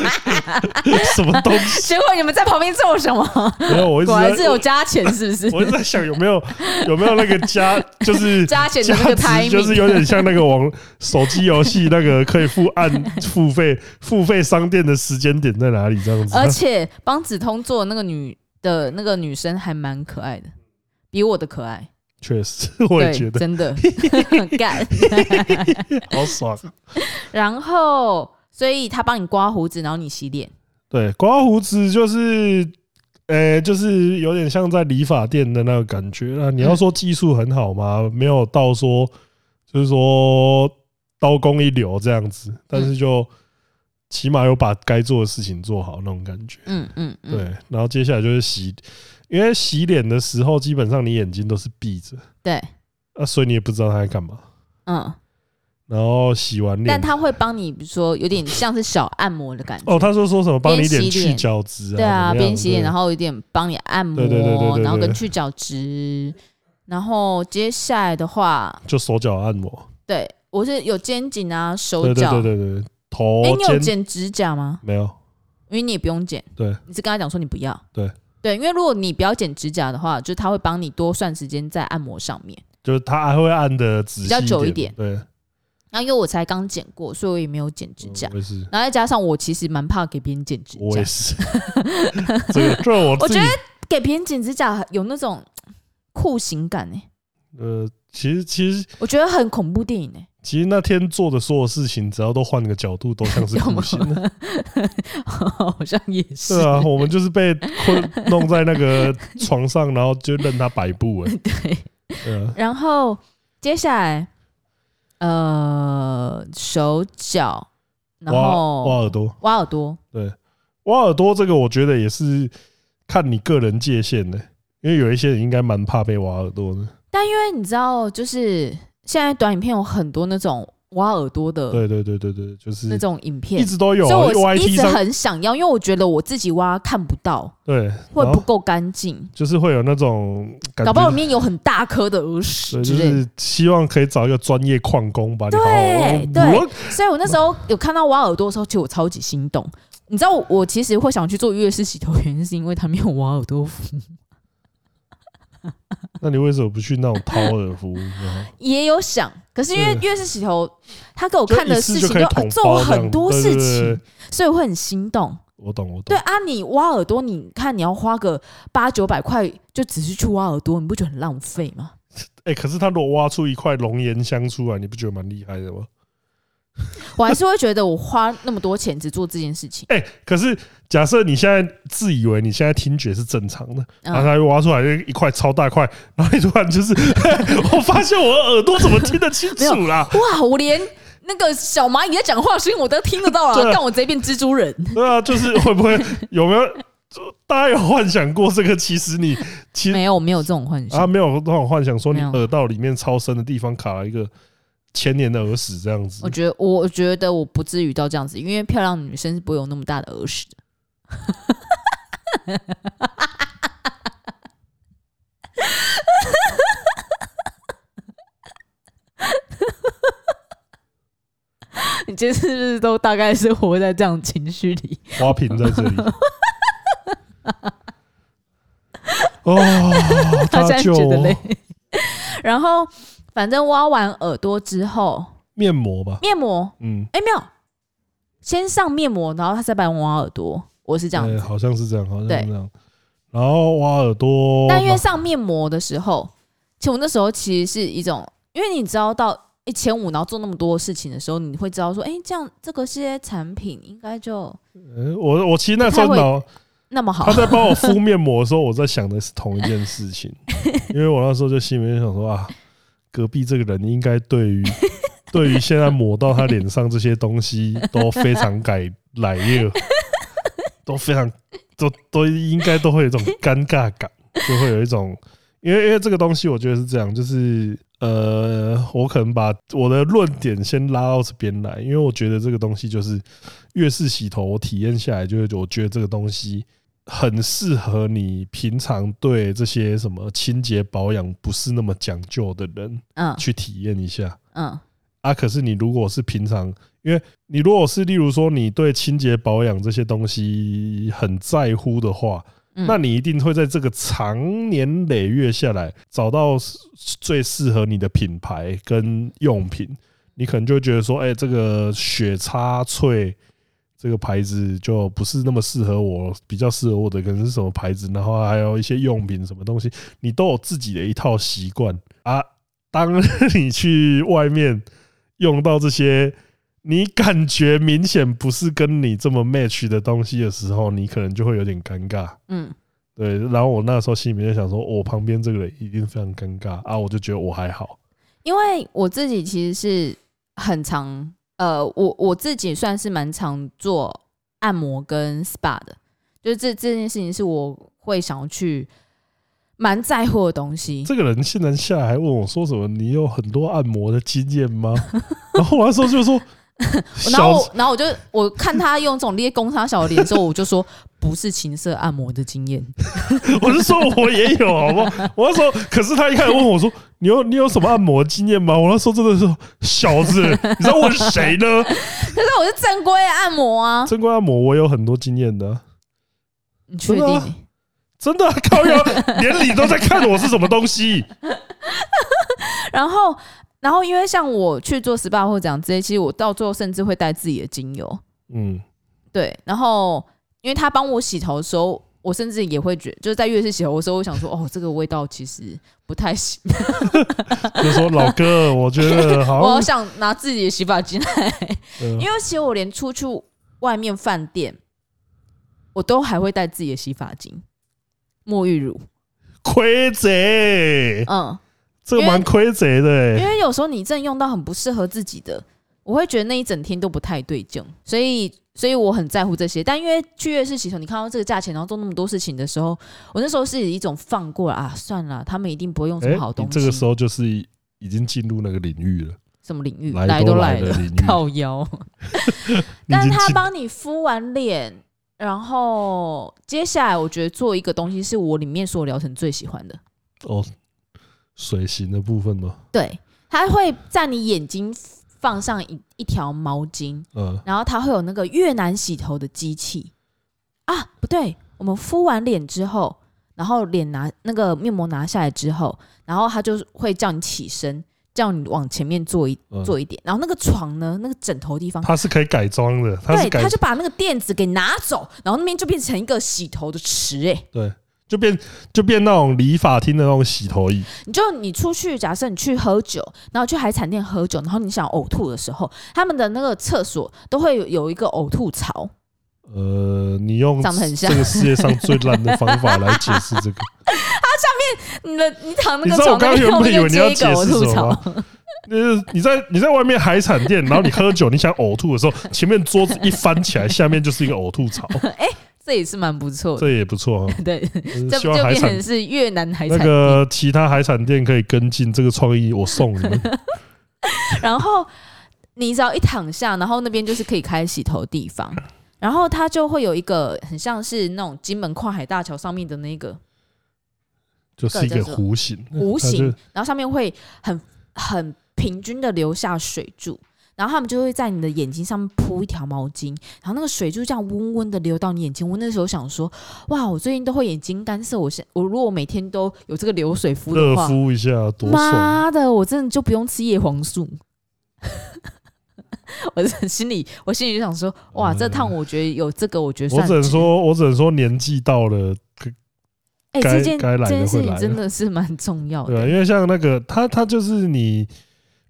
什么东西？结果你们在旁边 做什么？没有，我一直果然是在有加钱，是不我一直是？在想有没有有没有那个加就是 加钱的价那个值就是有 timing，点像那个网手机游戏那个可以付按付费付费商店的时间点在哪里这样子。而且帮子通做那个女的那个女生还蛮可爱的，比我的可爱。确实，我也对觉，得 真的 干。好爽。然后，所以他帮你刮胡子，然后你洗脸。对，刮胡子就是，呃、就是有点像在理发店的那个感觉。那嗯你要说技术很好吗？没有到说，就是说刀工一流这样子，但嗯是就起码有把该做的事情做好那种感觉。嗯嗯嗯，对，然后接下来就是洗，因为洗脸的时候基本上你眼睛都是闭着，对，啊，所以你也不知道他在干嘛。嗯。然后洗完但脸，他会帮你，比如说有点像是小按摩的感觉。哦，他说说什么帮你边脸洗去脸角质啊？对啊，怎么样边洗脸，对然后有点帮你按摩，对对对对对对然后跟去角质，然后接下来的话，就手脚按摩。对我是有肩颈啊、手对对脚。对对对，对头哎、你有肩剪指甲吗？没有，因为你也不用剪，对，你是跟他讲说你不要。对对，因为如果你不要剪指甲的话，就他会帮你多算时间在按摩上面。就是他还会按的仔细比较久一点，点对，嗯那因为我才刚剪过，所以我也没有剪指甲。我也是，然后再加上我其实蛮怕给别人剪指我甲也，是，这个这我 我自觉己得给别人剪指甲有那种酷刑感呢、呃，其实其实我觉得很恐怖电影呢、欸其实那天做的所有事情，只要都换个角度，都像是有酷吗刑的。 好像也是。对啊，我们就是被困弄在那个床上，然后就任他摆布 哎。对，对啊，然后接下来，呃，手脚，然挖后挖耳朵，挖耳朵，挖耳朵这个我觉得也是看你个人界限的，因为有一些人应该蛮怕被挖耳朵的。但因为你知道，就是现在短影片有很多那种挖耳朵的对对对对对，就是那种影片一，直都有啊所以我一，YT 直上很想要，因为我觉得我自己挖看不到，对，会然不后够干净，就是会有那种哦感搞不好里觉，面有很大颗的耳屎对，之就类的。是希望可以找一个专业矿工把你好对好对所以我那时候有看到挖耳朵的时候，其实我超级心动。你知道我我其实会想去做月式洗头，原因是因为他没有挖耳朵服务，那你为什么不去那种掏耳服务呢？也有想，可是因为对月式洗头，他给我就看的一次事就情可以都呃捅做包了这样很多对事对情，对对所以我会很心动。我懂我懂对。啊，你挖耳朵，你看你要花个八九百块，就只是去挖耳朵，你不觉得很浪费吗？哎，可是他如果挖出一块龙涎香出来，你不觉得蛮厉害的吗？我还是会觉得我花那么多钱只做这件事情。哎，可是假设你现在自以为你现在听觉是正常的，然后嗯，他又挖出来一块超大块，然后你突然就是， 我发现我耳朵怎么听得清楚啦？哇，我连那个小蚂蚁在讲话的声音我都听得到对了，啊但我直接变蜘蛛人。 对啊，就是会 不会有没有？就大家有幻想过这个？其实你其实没有，没有这种幻啊，想。没有那种幻想说你没有耳道里面超深的地方卡了一个千年的耳屎这样子我。觉得，我我觉得我不至于到这样子，因为漂亮的女生是不会有那么大的耳屎的。 你今天是不是都大概是活在这样的情绪里？花瓶在 这里。哦，他现在就觉得累。 然后，反正挖完耳朵之后，面膜吧，面膜，嗯，哎、没有，先上面膜，然后他再帮我挖耳朵，我是这样对子。哎好像是这样，好像对是这样。然后挖耳朵，但因为上面膜的时候，其实我那时候其实是一种，因为你知道到一千五，然后做那么多事情的时候，你会知道说，哎、这样这个些产品应该就呃我我其实那时候不太会脑那么好他。在帮我敷面膜的时候，我在想的是同一件事 情，因为我那时候就心里面想说啊，隔壁这个人应该对于 对于现在抹到他脸上这些东 西都非常改来热，都非常都都应该都会有一种尴尬感，就会有一种，因为因为这个东西我觉得是这样，就是。呃，我可能把我的论点先拉到这边来，因为我觉得这个东西就是越是洗头，我体验下来就会，我觉得这个东西很适合你平常对这些什么清洁保养不是那么讲究的人嗯去体验一下嗯啊。可是你如果是平常，因为你如果是例如说你对清洁保养这些东西很在乎的话，嗯，那你一定会在这个长年累月下来找到最适合你的品牌跟用品。你可能就会觉得说，哎、这个雪擦萃这个牌子就不是那么适合我，比较适合我的可能是什么牌子，然后还有一些用品什么东西，你都有自己的一套习惯啊。当 你去外面用到这些你感觉明显不是跟你这么 match 的东西的时候，你可能就会有点尴尬。嗯对，然后我那时候心里面就想说，我、旁边这个人一定非常尴尬啊，我就觉得我还好，因为我自己其实是很常，呃，我我自己算是蛮常做按摩跟 SPA 的，就是这这件事情是我会想要去蛮在乎的东西。这个人现在下来还问我说什么？你有很多按摩的经验吗？ 然后我那时候就说，然后小我，然后我就我看他用这种猎工他小的脸之后，我就说不是情色按摩的经验， 我是说我也有，好不好？我那时候，可是他一开始问我说，你有你有什么按摩经验吗？我那时候真的是小子，你知道我是谁呢？可是我是正规按摩啊，正规按摩我有很多经验的啊、你确定、真的啊真的啊、靠腰，连你都在看我是什么东 西。然后，然后因为像我去做 SPA 或者讲这些，其实我到最后甚至会带自己的精油，嗯，对，然后因为他帮我洗头的时候，我甚至也会觉就是在浴室洗头的时候，我想说，哦，这个味道其实不太行，就说老哥，我觉得好 我像，想拿自己的洗发精来，呃因为其实我连出去外面饭店，我都还会带自己的洗发精、沐浴乳，亏贼，嗯，这个蛮亏贼的、因欸。为有时候你真的用到很不适合自己的，我会觉得那一整天都不太对劲，所以所以我很在乎这些。但因为去夜市洗头，你看到这个价钱，然后做那么多事情的时候，我那时候是以一种放过了啊，算了，他们一定不会用什哎么好，你东西。这个时候就是已经进入那个领域了，什么领域来都都来了的，领域， 靠腰。你已但经他进帮你敷完脸，然后接下来我觉得做一个东西是我里面所有疗程最喜欢的，哦水型的部分吗？对，他会在你眼睛放上一一条毛巾。嗯，然后它会有那个越南洗头的机器啊，不对，我们敷完脸之后，然后脸拿那个面膜拿下来之后，然后它就会叫你起身，叫你往前面坐一嗯坐一点，然后那个床呢，那个枕头地方。它是可以改装的，它是对，改他就把那个垫子给拿走，然后那边就变成一个洗头的池、哎，对，就变就变那种理发厅的那种洗头椅，你就你出去，假设你去喝酒，然后去海产店喝酒，然后你想呕吐的时候，他们的那个厕所都会有有一个呕吐槽，呃，你用长得很像这个世界上最烂的方法来解释这个，你的你躺你那知个道我床刚那刚边原后本以面为就你要接一解个呕释吐什么槽，吗？就是 你在你在外面海产店，然后你喝酒，你想呕吐的时候，前面桌子一翻起来，下面就是一个呕吐 槽， 这也是蛮不错的。这也不错啊。对，嗯这希就望海变产成是越南海那产店。个其他海产店可以跟进这个创意，我送你们。 然后你只要一躺下，然后那边就是可以开洗头的地方，然后它就会有一个很像是那种金门跨海大桥上面的那个就是一个弧形，弧 它就，形然后上面会很很平均的留下水柱。然后他们就会在你的眼睛上面铺一条毛巾，然后那个水就这样温温的流到你眼睛。我那时候想说，哇，我最近都会眼睛干涩，我现我如果每天都有这个流水敷的热话，敷一下，多爽！啊妈的，我真的就不用吃叶黄素。 我是心里，我心里就想说，哇，嗯这趟我觉得有这个，我觉得我只算能，说，我只能说年纪到了，哎、该这件该来的这件事会来情的真的是蛮重要对吧？啊的。因为像那个，它它就是你，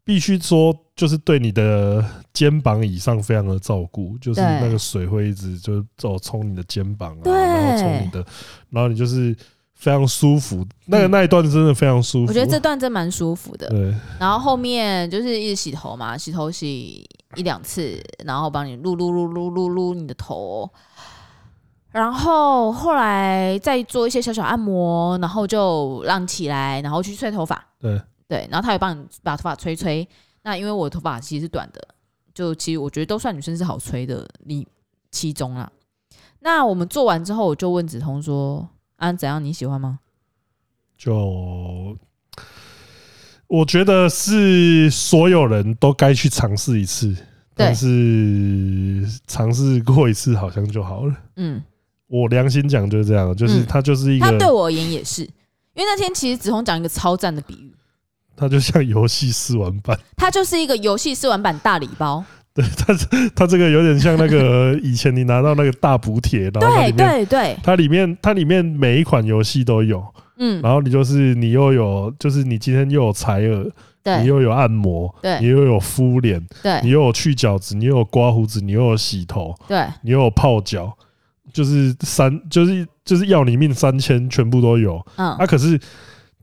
必须说，就是对你的肩膀以上非常的照顾，就是对那个水会一直就是走冲你的肩膀啊，对然后冲你的，然后你就是非常舒服。那个那一段真的非常舒服，嗯啊我觉得这段真蛮舒服的。对然后后面就是一直洗头嘛，洗头洗一两次，然后帮你撸撸撸撸撸撸你的头，然后后来再做一些小小按摩，然后就让起来，然后去吹头发，对对，然后他也帮你把头发吹吹。那因为我头发其实是短的，就其实我觉得都算女生是好吹的里其中啦。那我们做完之后，我就问子通说：“啊，怎样你喜欢吗就。我觉得是所有人都该去尝试一次，但是尝试过一次好像就好了。？”嗯，我良心讲就是这样，就是嗯它就是一他对个，我而言也是，因为那天其实子红讲一个超赞的比喻，它就像游戏试玩版。 它就是一个游戏试玩版大礼包。对它这，它这个有点像那 个以前你拿到那个大补贴，然后它里面对对，它里面它里面每一款游戏都有，嗯，然后你就是你又有，就是你今天又有采耳，你对又有按摩，你对又有敷脸，你对又有去角质，你又有刮胡子，你又有洗头，对你又有泡脚，就是三就是就是要你命三千，全部都有。嗯啊，可是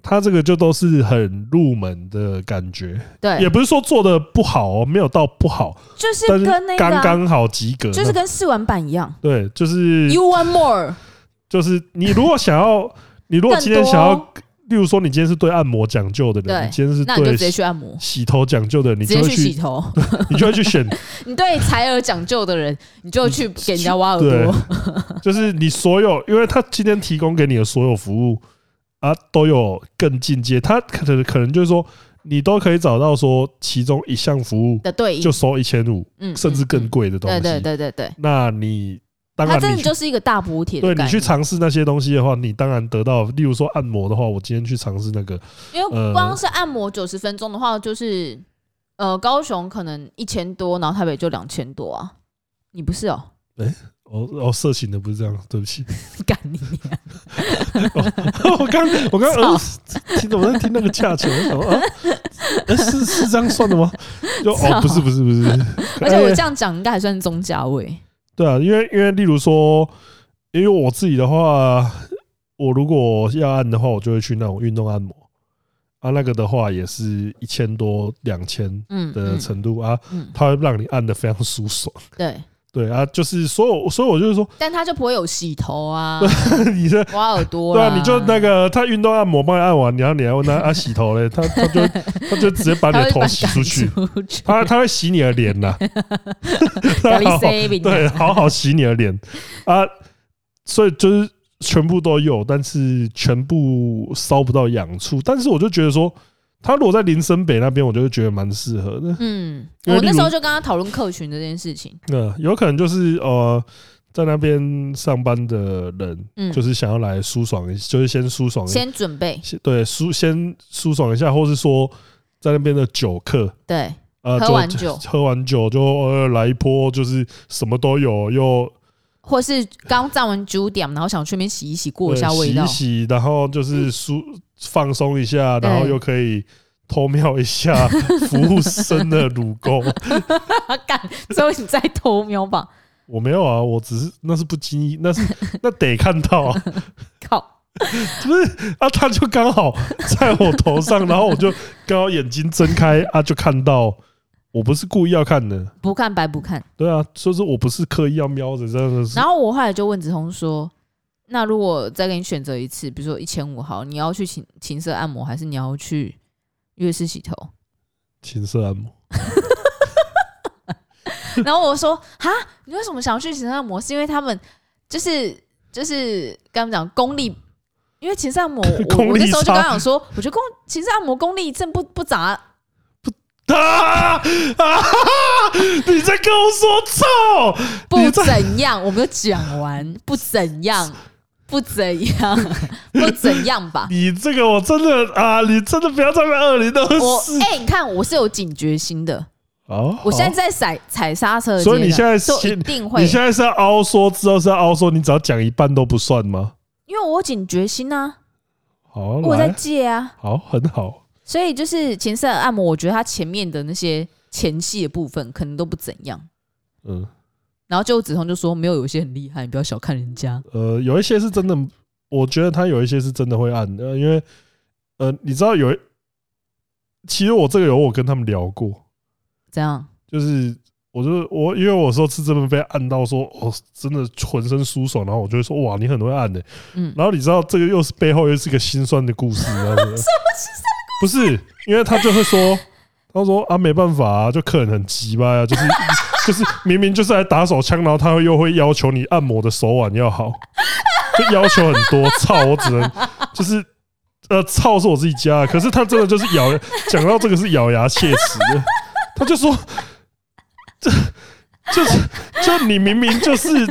他这个就都是很入门的感觉，也对，不是说做的不好哦，没有到不好，就是但是跟那个啊刚刚好及格。就是跟试玩版一样。那对，就是 You want more？就是你如果想 要，你如果今天更多想要，例如说你今天是对按摩讲究的人，对你今天是那你就对直接洗去按摩，洗头讲究的人，你直就接会去洗去， 头。你就会去 选，你对采耳讲究的人，你就去给人家挖耳对朵。， 就是你所有，因为他今天提供给你的所有服务啊，都有更进阶，他可能可能就是说，你都可以找到说其中一项服务的对应就收一千五，嗯甚至更嗯贵的东对西。对对对对，那你当它然真你的去就是一个大补贴的对概你去念。尝试那些东西的话，你当然得到，例如说按摩的话，我今天去尝试那个，因为呃光是按摩九十分钟的话，就是呃，高雄可能一千多，然后台北就两千多啊。你不是哦？哦哦，色情的不是这样，对不起， 干你娘！我刚我刚操呃听我在听那个价钱，我想说啊，呃是是这样算的吗？就操哦，不是不是不是， 而且我哎这样讲应该还算是中价位。对啊，因为因为例如说，因为我自己的话，我如果要按的话，我就会去那种运动按摩啊，那个的话也是一千多两千嗯，的嗯程度啊，嗯，它会让你按的非常舒爽。对，对啊，就是所有，所以我就是说，但他就不会有洗头 啊、你这挖耳朵对啦啊，你就那个他运动按摩帮你按完，然后你还问他啊洗头嘞，他他 就他就直接把你他的会头把洗出去，赶出去，他他会洗你的脸 呐，他把你好好塞进去对，啊好好洗你的脸啊，所以就是全部都有，但是全部烧不到痒处，但是我就觉得说，他如果在林森北那边，我就会觉得蛮适合的，嗯，因为我那例时候如就跟他讨论客群这件事情。那有可能就是呃。在那边上班的人，嗯，就是想要来舒爽一，就是先舒爽一先准备，先对舒先舒爽一下，或是说在那边的酒客，对呃，喝就完酒喝完酒就呃来一波，就是什么都有，又呃或是刚站完九点，然后想去那边洗一洗，过呃一下味洗道嗯一。洗，然后就是舒放松一下，然后对又可以。偷瞄一下 服务生的乳沟， 干，最后你再偷瞄吧。我没有啊，我只是那是不经意， 那是那得看到啊，靠，啊他就刚好在我头上，然后我就刚好眼睛睁开啊，就看到，我不是故意要看的，不看白不看。对啊，就是我不是刻意要瞄着，真的是然后我后来就问子通说：“那如果再给你选择一次，比如说一千五好，你要去情情色按摩，还是你要去浴室 洗头情色按摩。？”然后我说：“哈，你为什么想要去情色按摩？是因为他们就是就是跟他们讲功力。”因为情色按摩，我 功力我那时候就差跟他讲说，我觉得功情色按摩功力真不不咋，啊啊！你在跟我说操？不你在怎样，我没有讲完，不怎样，不怎样， 不怎样吧。你这个我真的啊！你真的不要再玩二零我 二四哎、你看我是有警觉心的，哦我现在在踩踩刹车的阶段，所以你现在就一先定你会，现在是要凹说，之后是要凹说，你只要讲一半都不算吗？因为我有警觉心啊，好，我有在来，戒啊，好，很好，所以就是前色按摩，我觉得它前面的那些前戏的部分可能都不怎样。嗯，然后就梓潼就说没有，有一些很厉害，你不要小看人家。呃，有一些是真的，我觉得他有一些是真的会按，呃，因为呃，你知道有一，其实我这个有我跟他们聊过，这样就是我就我因为我说是真的被按到说哦，真的浑身舒爽，然后我就会说哇，你很会按的、欸嗯，然后你知道这个又是背后又是一个心酸的故事，你知道吗？不是，因为他就会说，他说啊没办法啊，就客人很急吧啊，就是 就是明明就是来打手枪，然后他又会要求你按摩的手腕要好，就要求很多，操，我只能就是。呃，操是我自己家的，可是他真的就是咬，讲到这个是咬牙切齿的，他就说，这就是就你明明就是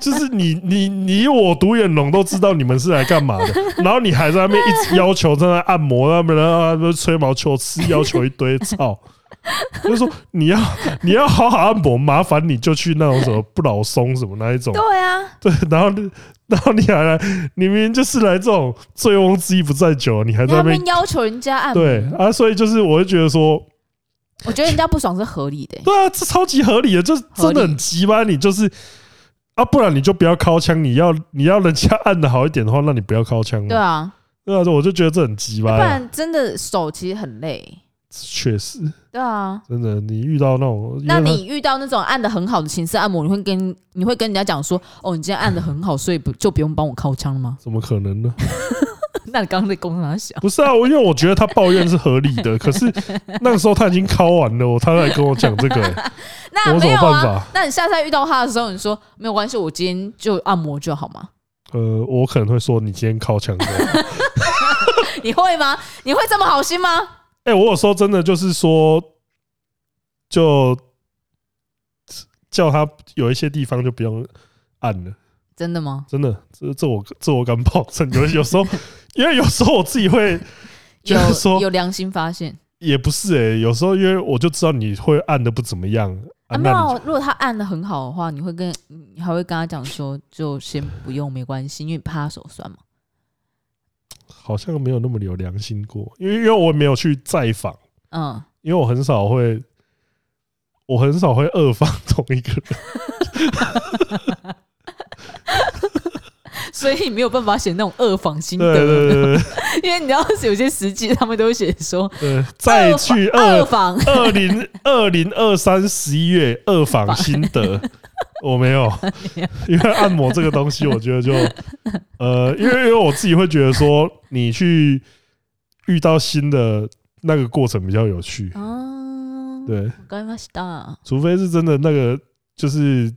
就是你你你我独眼龙都知道你们是来干嘛的，然后你还在那边一直要求在那按摩，他们然后吹毛求疵，要求一堆，操！就是说你要你要好好按摩，麻烦你就去那种什么不老松什么那一种，对啊， 对，然后你然后你还来，你明明就是来这种醉翁之意不在酒，你还你在那那边边要求人家按摩，对啊，所以就是我会觉得说，我觉得人家不爽是合理的、欸。对啊，这超级合理的，就是真的很急吧？你就是啊，不然你就不要靠枪，你要你要人家按的好一点的话，那你不要靠枪嘛。对啊，对啊，我就觉得这很急不吧。然真的手其实很累。确实，对啊，真的，你遇到那种，因为那他你遇到那种按的很好的情色按摩，你会跟你会跟人家讲说，哦，你今天按的很好，所以不就不用帮我靠枪 了吗？怎么可能呢？那你刚刚在公他想，不是啊，我因为我觉得他抱怨是合理的，可是那个时候他已经敲完了，他来跟我讲这个、 欸 那我有什没么有办啊法？那你下次再遇到他的时候，你说没有关系，我今天就按摩就好吗？呃，我可能会说你今天靠墙的。你会吗？你会这么好心吗？哎、我有时候真的就是说，就叫他有一些地方就不用按了。真的吗？真的，这这我这我敢保证。有有时候，因为有时候我自己会就有是说有良心发现也不是诶、有时候因为我就知道你会按的不怎么样，啊？啊，没那你有，如果他按的很好的话，你会跟你还会跟他讲说，就先不用，没关系，因为怕他 手酸嘛。好像没有那么有良心过。因为因为我没有去再访，嗯，因为我很少会，我很少会二访同一个人。所以没有办法写那种恶访心对得，对对对因为你知道有些实际他们都会写说对，再去恶 二 访，二零二零二三十一月二访心 得，我没有，因为按摩这个东西，我觉得就呃，因为因为我自己会觉得说，你去遇到新的那个过程比较有趣，哦啊，对，我刚刚した。除非是真的那个就是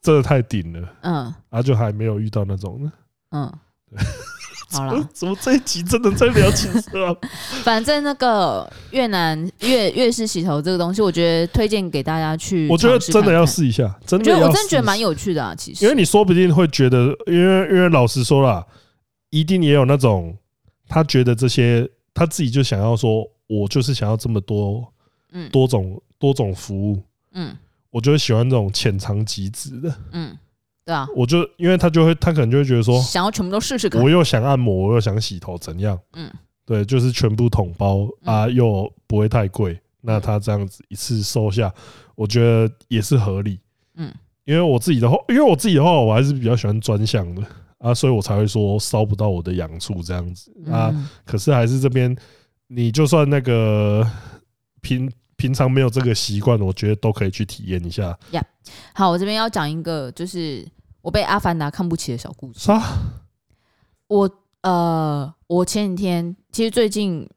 真的太顶了，嗯然后就还没有遇到那种呢。嗯， 好呃了， 怎么这一集真的在聊情色 啊？反正那个越南越越式洗头这个东西，我觉得推荐给大家去我觉得尝试真的看要看试一下，真的我觉要得我试真的觉得一下蛮有趣的啊，其实因为你说不定会觉得，因为因为老实说啦，一定也有那种他觉得这些他自己就想要说，我就是想要这么多嗯多种多种服务，嗯我就会喜欢这种浅尝即止的。嗯，对啊，我就因为他就会他可能就会觉得说，想要全部都试试 看我，又想按摩，我又想洗头，怎样？嗯，对，就是全部统包啊，又不会太贵。那嗯他这样子一次收下，我觉得也是合理。嗯，因为我自己的话，因为我自己的话，我还是比较喜欢专项的啊，所以我才会说烧不到我的痒处这样子啊。嗯可是还是这边，你就算那个平平常没有这个习惯，我觉得都可以去体验一下。好，我这边要讲一个，就是我被《阿凡达》看不起的小故事。啥？我呃，我前几天其实最近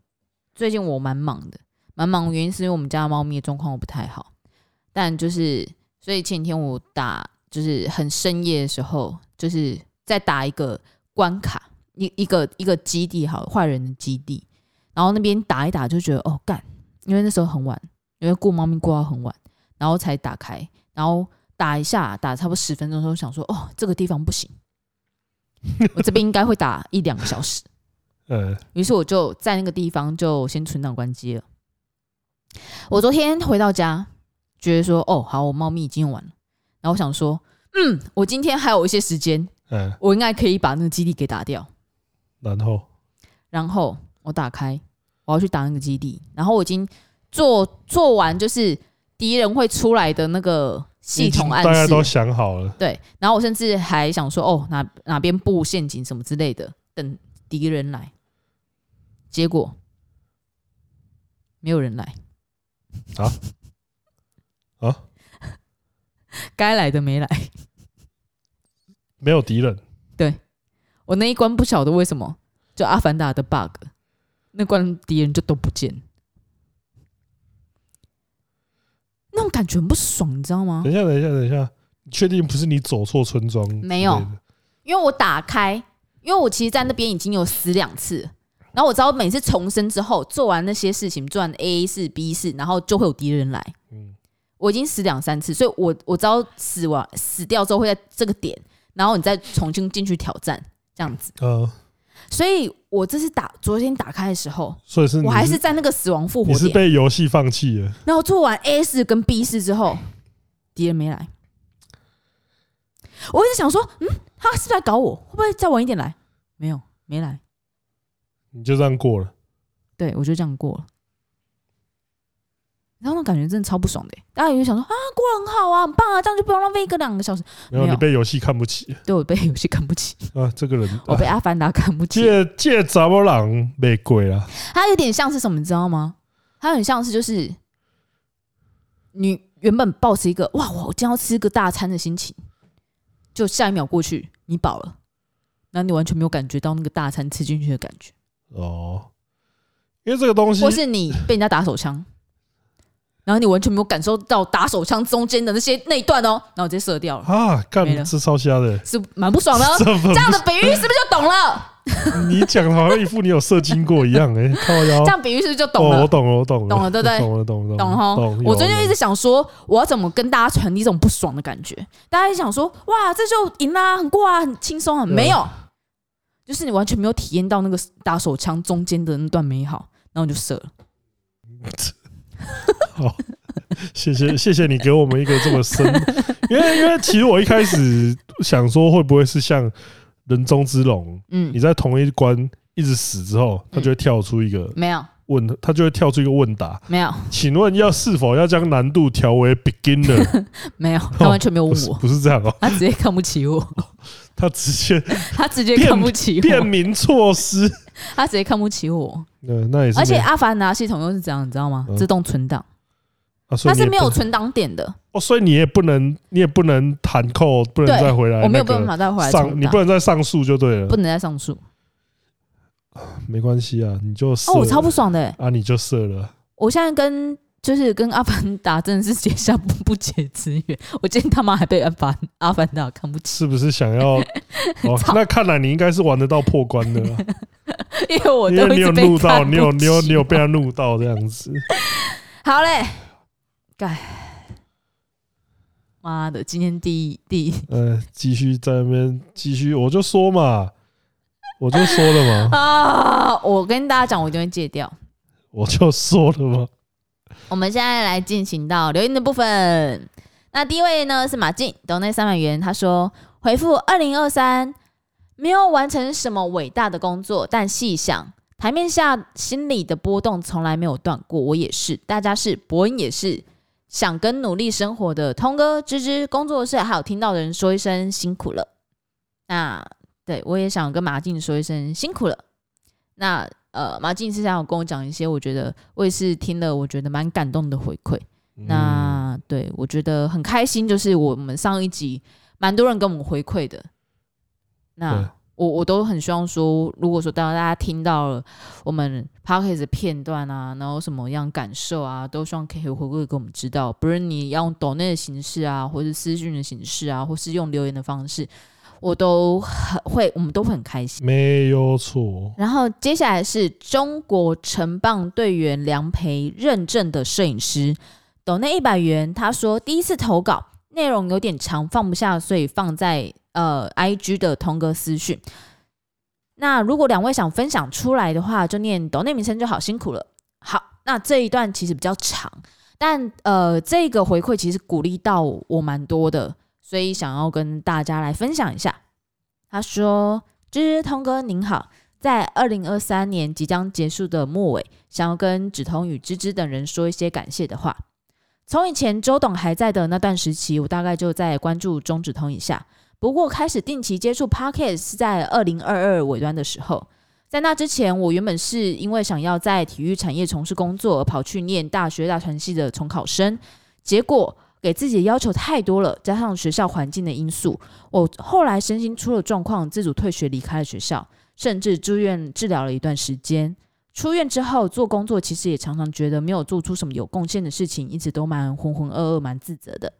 最近我蛮忙的，蛮忙的原因是因为我们家猫咪的状况我不太好，但就是所以前几天我打就是很深夜的时候，就是在打一个关卡，一一个一个基地好了坏人的基地，然后那边打一打就觉得哦干，因为那时候很晚，因为顾猫咪顾到很晚，然后才打开，然后打一下打差不多十分钟之后想说哦这个地方不行。我这边应该会打一两个小时。呃，于是我就在那个地方就先存档关机了。我昨天回到家，觉得说，哦，好，我猫咪已经用完了。然后我想说，嗯，我今天还有一些时间，嗯，我应该可以把那个基地给打掉。然后然后我打开，我要去打那个基地，然后我已经做做完就是敌人会出来的那个系统暗大家示都了，想好了，对，然后我甚至还想说，哦，哪哪边布陷阱什么之类的，等敌人来。结果没有人来 啊啊，该来的没来。没有敌人，我那一关不晓得为什么，就阿凡达的 bug，那关敌人就都不见，那种感觉很不爽，你知道吗？等一下，等一下，等一下，你确定不是你走错村庄？没有，因为我打开，因为我其实，在那边已经有死两次了，然后我知道每次重生之后，做完那些事情，做完 A 四 B 四，然后就会有敌人来。嗯，我已经死两三次，所以我我知道死完死掉之后会在这个点，然后你再重新进去挑战这样子。呃，所以我这次打昨天打开的时候，所以是嗯你我还是在那个死亡复你活是点，被游戏放弃了，然后做完 A 四跟 B 四之后，敌人没来。我一直想说，嗯，他是不是来搞我？会不会再晚一点来？没有，没来。你就这样过了。对我就这样过了。然后那感觉真的超不爽的、大家也会想说啊，过得很好啊，很棒啊，这样就不用浪费一个两个小时。没有，没有你被游戏看不起对我被游戏看不起，啊！这个人，我啊被阿凡达看不起。借借杂波狼被鬼了。它有点像是什么，你知道吗？它很像是就是你原本抱持一个哇，我今天要吃个大餐的心情，就下一秒过去你饱了，然后你完全没有感觉到那个大餐吃进去的感觉，哦，因为这个东西或是你被人家打手枪，然后你完全没有感受到打手枪中间的那些那一段哦，然后我直接射掉了，啊，干没了这超瞎的，是蛮不爽的哦。 这不这样的比喻是不是就懂了？你讲的好像一副你有射精过一样哎，靠腰这。样比喻是不是就懂哦，我了？懂了，我懂了，懂了对不对懂了，懂了，懂了了哈懂。，我最近一直直想说，我要怎么跟大家传递这种不爽的感觉？大家一直想说，哇，这就赢啦，很过啊，很轻松啊，对啊没有，就是你完全没有体验到那个打手枪中间的那段美好，然后你就射了。谢谢 谢谢你给我们一个这么深， 因为因为其实我一开始想说会不会是像人中之龙，嗯你，在同一关一直死之后，它就会跳出一个没有，问，嗯它就会跳出一个问答，没有，请问要是否要将难度调为 beginner？没有，他完全没有不问是 我，不是这样哦、他直接看不起 我，他直 接他直接看不起便我，民措 施。他直接看不起我。呃，那也是没，嗯而且阿凡达系统又是怎样，你知道吗？嗯自动存档，啊所以它你也是不没有存档点的，哦，所以你也不能，你也不能弹扣，不能对再呃回来、那我没有个办法再回来上，存你档不，能再上诉就对了不。能再上诉。没关系啊，你就射哦，我超了不爽的、欸。啊，你就射了。我现在跟就是跟阿凡达真的是结下不不解之缘。我今天他妈还被阿凡阿凡达看不起，是不是想 要？哦，那看来你应该是玩得到破关的啦，因为 我因都为一你有直被怒看到，不你有你有起你有被他怒到这样子。 好嘞，该妈的，今天第一第一呃，继续在那边继续，我就说嘛，我就说了 嘛，啊！我跟大家讲，我一定会戒掉。我就说了嘛。我们现在来进行到留言的部分。那第一位呢是马静，抖内三百元，他说回复二零二三，没有完成什么伟大的工作，但细想，台面下心里的波动从来没有断过，我也是，大家是，伯恩也是。想跟努力生活的通哥、芝芝、工作室，还有听到的人说一声辛苦了。那对我也想跟马静说一声辛苦了。那呃，马静是想有跟我讲一些，我觉得我也是听了，我觉得蛮感动的回馈。嗯那对我觉得很开心，就是我们上一集蛮多人跟我们回馈的。对那我我都很希望说，如果说当大家听到了我们 p o c k e t 的片段啊，然后什么样感受啊，都希望可以回馈给我们知道。不是你要用抖内的形式啊，或是私讯的形式啊，或是用留言的方式，我都很会，我们都会很开心。嗯没有错，然后接下来是中国城棒队员梁培认证的摄影师，抖那一百元。他说第一次投稿内容有点长，放不下，所以放在呃 IG 的通哥私讯。那如果两位想分享出来的话，就念抖内名称就好，辛苦了。好，那这一段其实比较长，但呃，这个回馈其实鼓励到我蛮多的，所以想要跟大家来分享一下。他说：“芝芝通哥您好，在二零二三年即将结束的末尾，想要跟梓潼与芝芝等人说一些感谢的话。从以前周董还在的那段时期，我大概就在关注中梓潼一下。不过开始定期接触 Pocket 是在二零二二尾端的时候。在那之前，我原本是因为想要在体育产业从事工作，而跑去念大学大传系的重考生，结果给自己的要求太多了，加上学校环境的因素，我后来身心出了状况，自主退学离开了学校，甚至住院治疗了一段时间。出院之后做工作，其实也常常觉得没有做出什么有贡献的事情，一直都蛮浑浑噩噩、蛮自责的。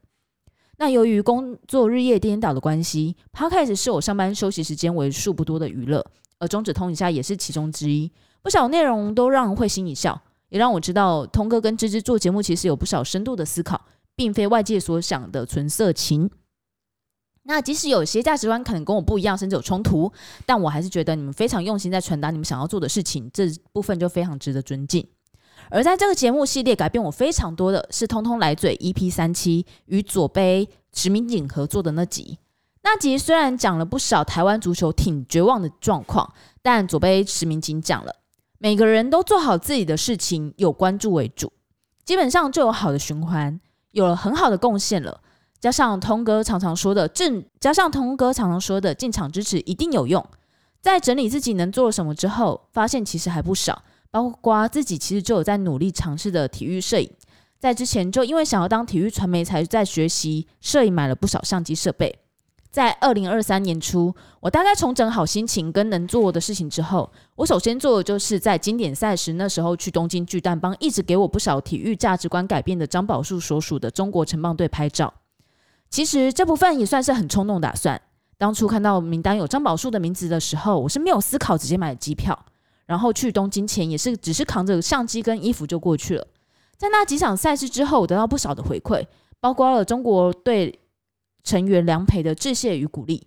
那由于工作日夜颠倒的关系，Podcast 是我上班休息时间为数不多的娱乐，而中指通一下也是其中之一。不少内容都让人会心一笑，也让我知道通哥跟芝芝做节目其实有不少深度的思考，并非外界所想的纯色情。那即使有些价值观可能跟我不一样，甚至有冲突，但我还是觉得你们非常用心在传达你们想要做的事情，这部分就非常值得尊敬。而在这个节目系列改变我非常多的是《通通来嘴》EP 三七与左杯石明景合作的那集。那集虽然讲了不少台湾足球挺绝望的状况，但左杯石明景讲了，每个人都做好自己的事情，有关注为主，基本上就有好的循环，有了很好的贡献了。加上通哥常常说的正，加上通哥常常说的进场支持一定有用。在整理自己能做什么之后，发现其实还不少。包括自己其实就有在努力尝试的体育摄影，在之前就因为想要当体育传媒，才在学习摄影，买了不少相机设备。在二零二三年初，我大概重整好心情跟能做的事情之后，我首先做的就是在经典赛时，那时候去东京巨蛋帮一直给我不少体育价值观改变的张宝树所属的中国城棒队拍照。其实这部分也算是很冲动打算。当初看到名单有张宝树的名字的时候，我是没有思考，直接买了机票。然后去东京前也是只是扛着相机跟衣服就过去了。在那几场赛事之后，我得到不少的回馈，包括了中国队成员梁培的致谢与鼓励。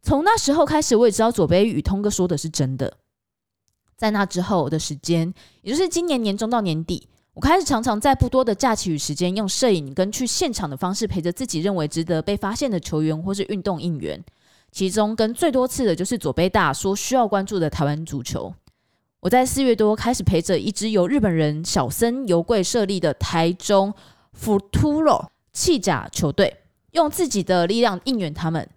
从那时候开始，我也知道左杯与通哥说的是真的。在那之后的时间，也就是今年年中到年底，我开始常常在不多的假期与时间，用摄影跟去现场的方式陪着自己认为值得被发现的球员或是运动应援。其中跟最多次的就是左贝大说需要关注的台湾足球。我在四月多开始陪着一支由日本人小森由贵设立的台中 Futuro 弃甲球队，用自己的力量应援他们。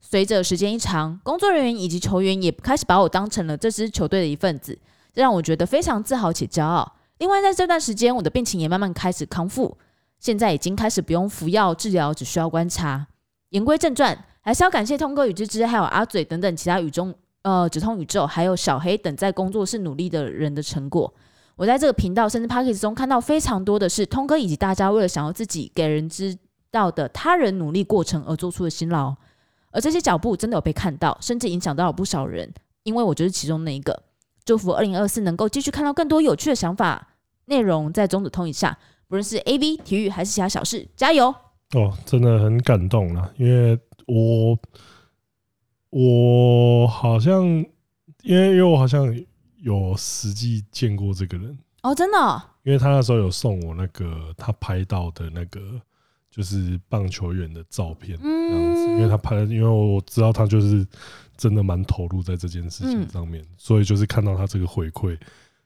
随着时间一长，工作人员以及球员也开始把我当成了这支球队的一份子，这让我觉得非常自豪且骄傲。另外，在这段时间，我的病情也慢慢开始康复，现在已经开始不用服药治疗，只需要观察。言归正传。还是要感谢通哥与芝芝，还有阿嘴等等其他宇中呃止痛宇宙，还有小黑等在工作室努力的人的成果。我在这个频道甚至 p a c k a g e 中看到非常多的是通哥以及大家为了想要自己给人知道的他人努力过程而做出的辛劳，而这些脚步真的有被看到，甚至影响到了不少人，因为我就是其中那一个。祝福二零二四能够继续看到更多有趣的想法内容在中子通以下，不论是 A V 体育还是其他小事，加油！哦，真的很感动啦，因为我我好像因为因为我好像有实际见过这个人，哦，真的哦、因为他那时候有送我那个他拍到的那个就是棒球员的照片，这样子，因为嗯，他拍的，因为我知道他就是真的蛮投入在这件事嗯情上面，所以就是看到他这个回馈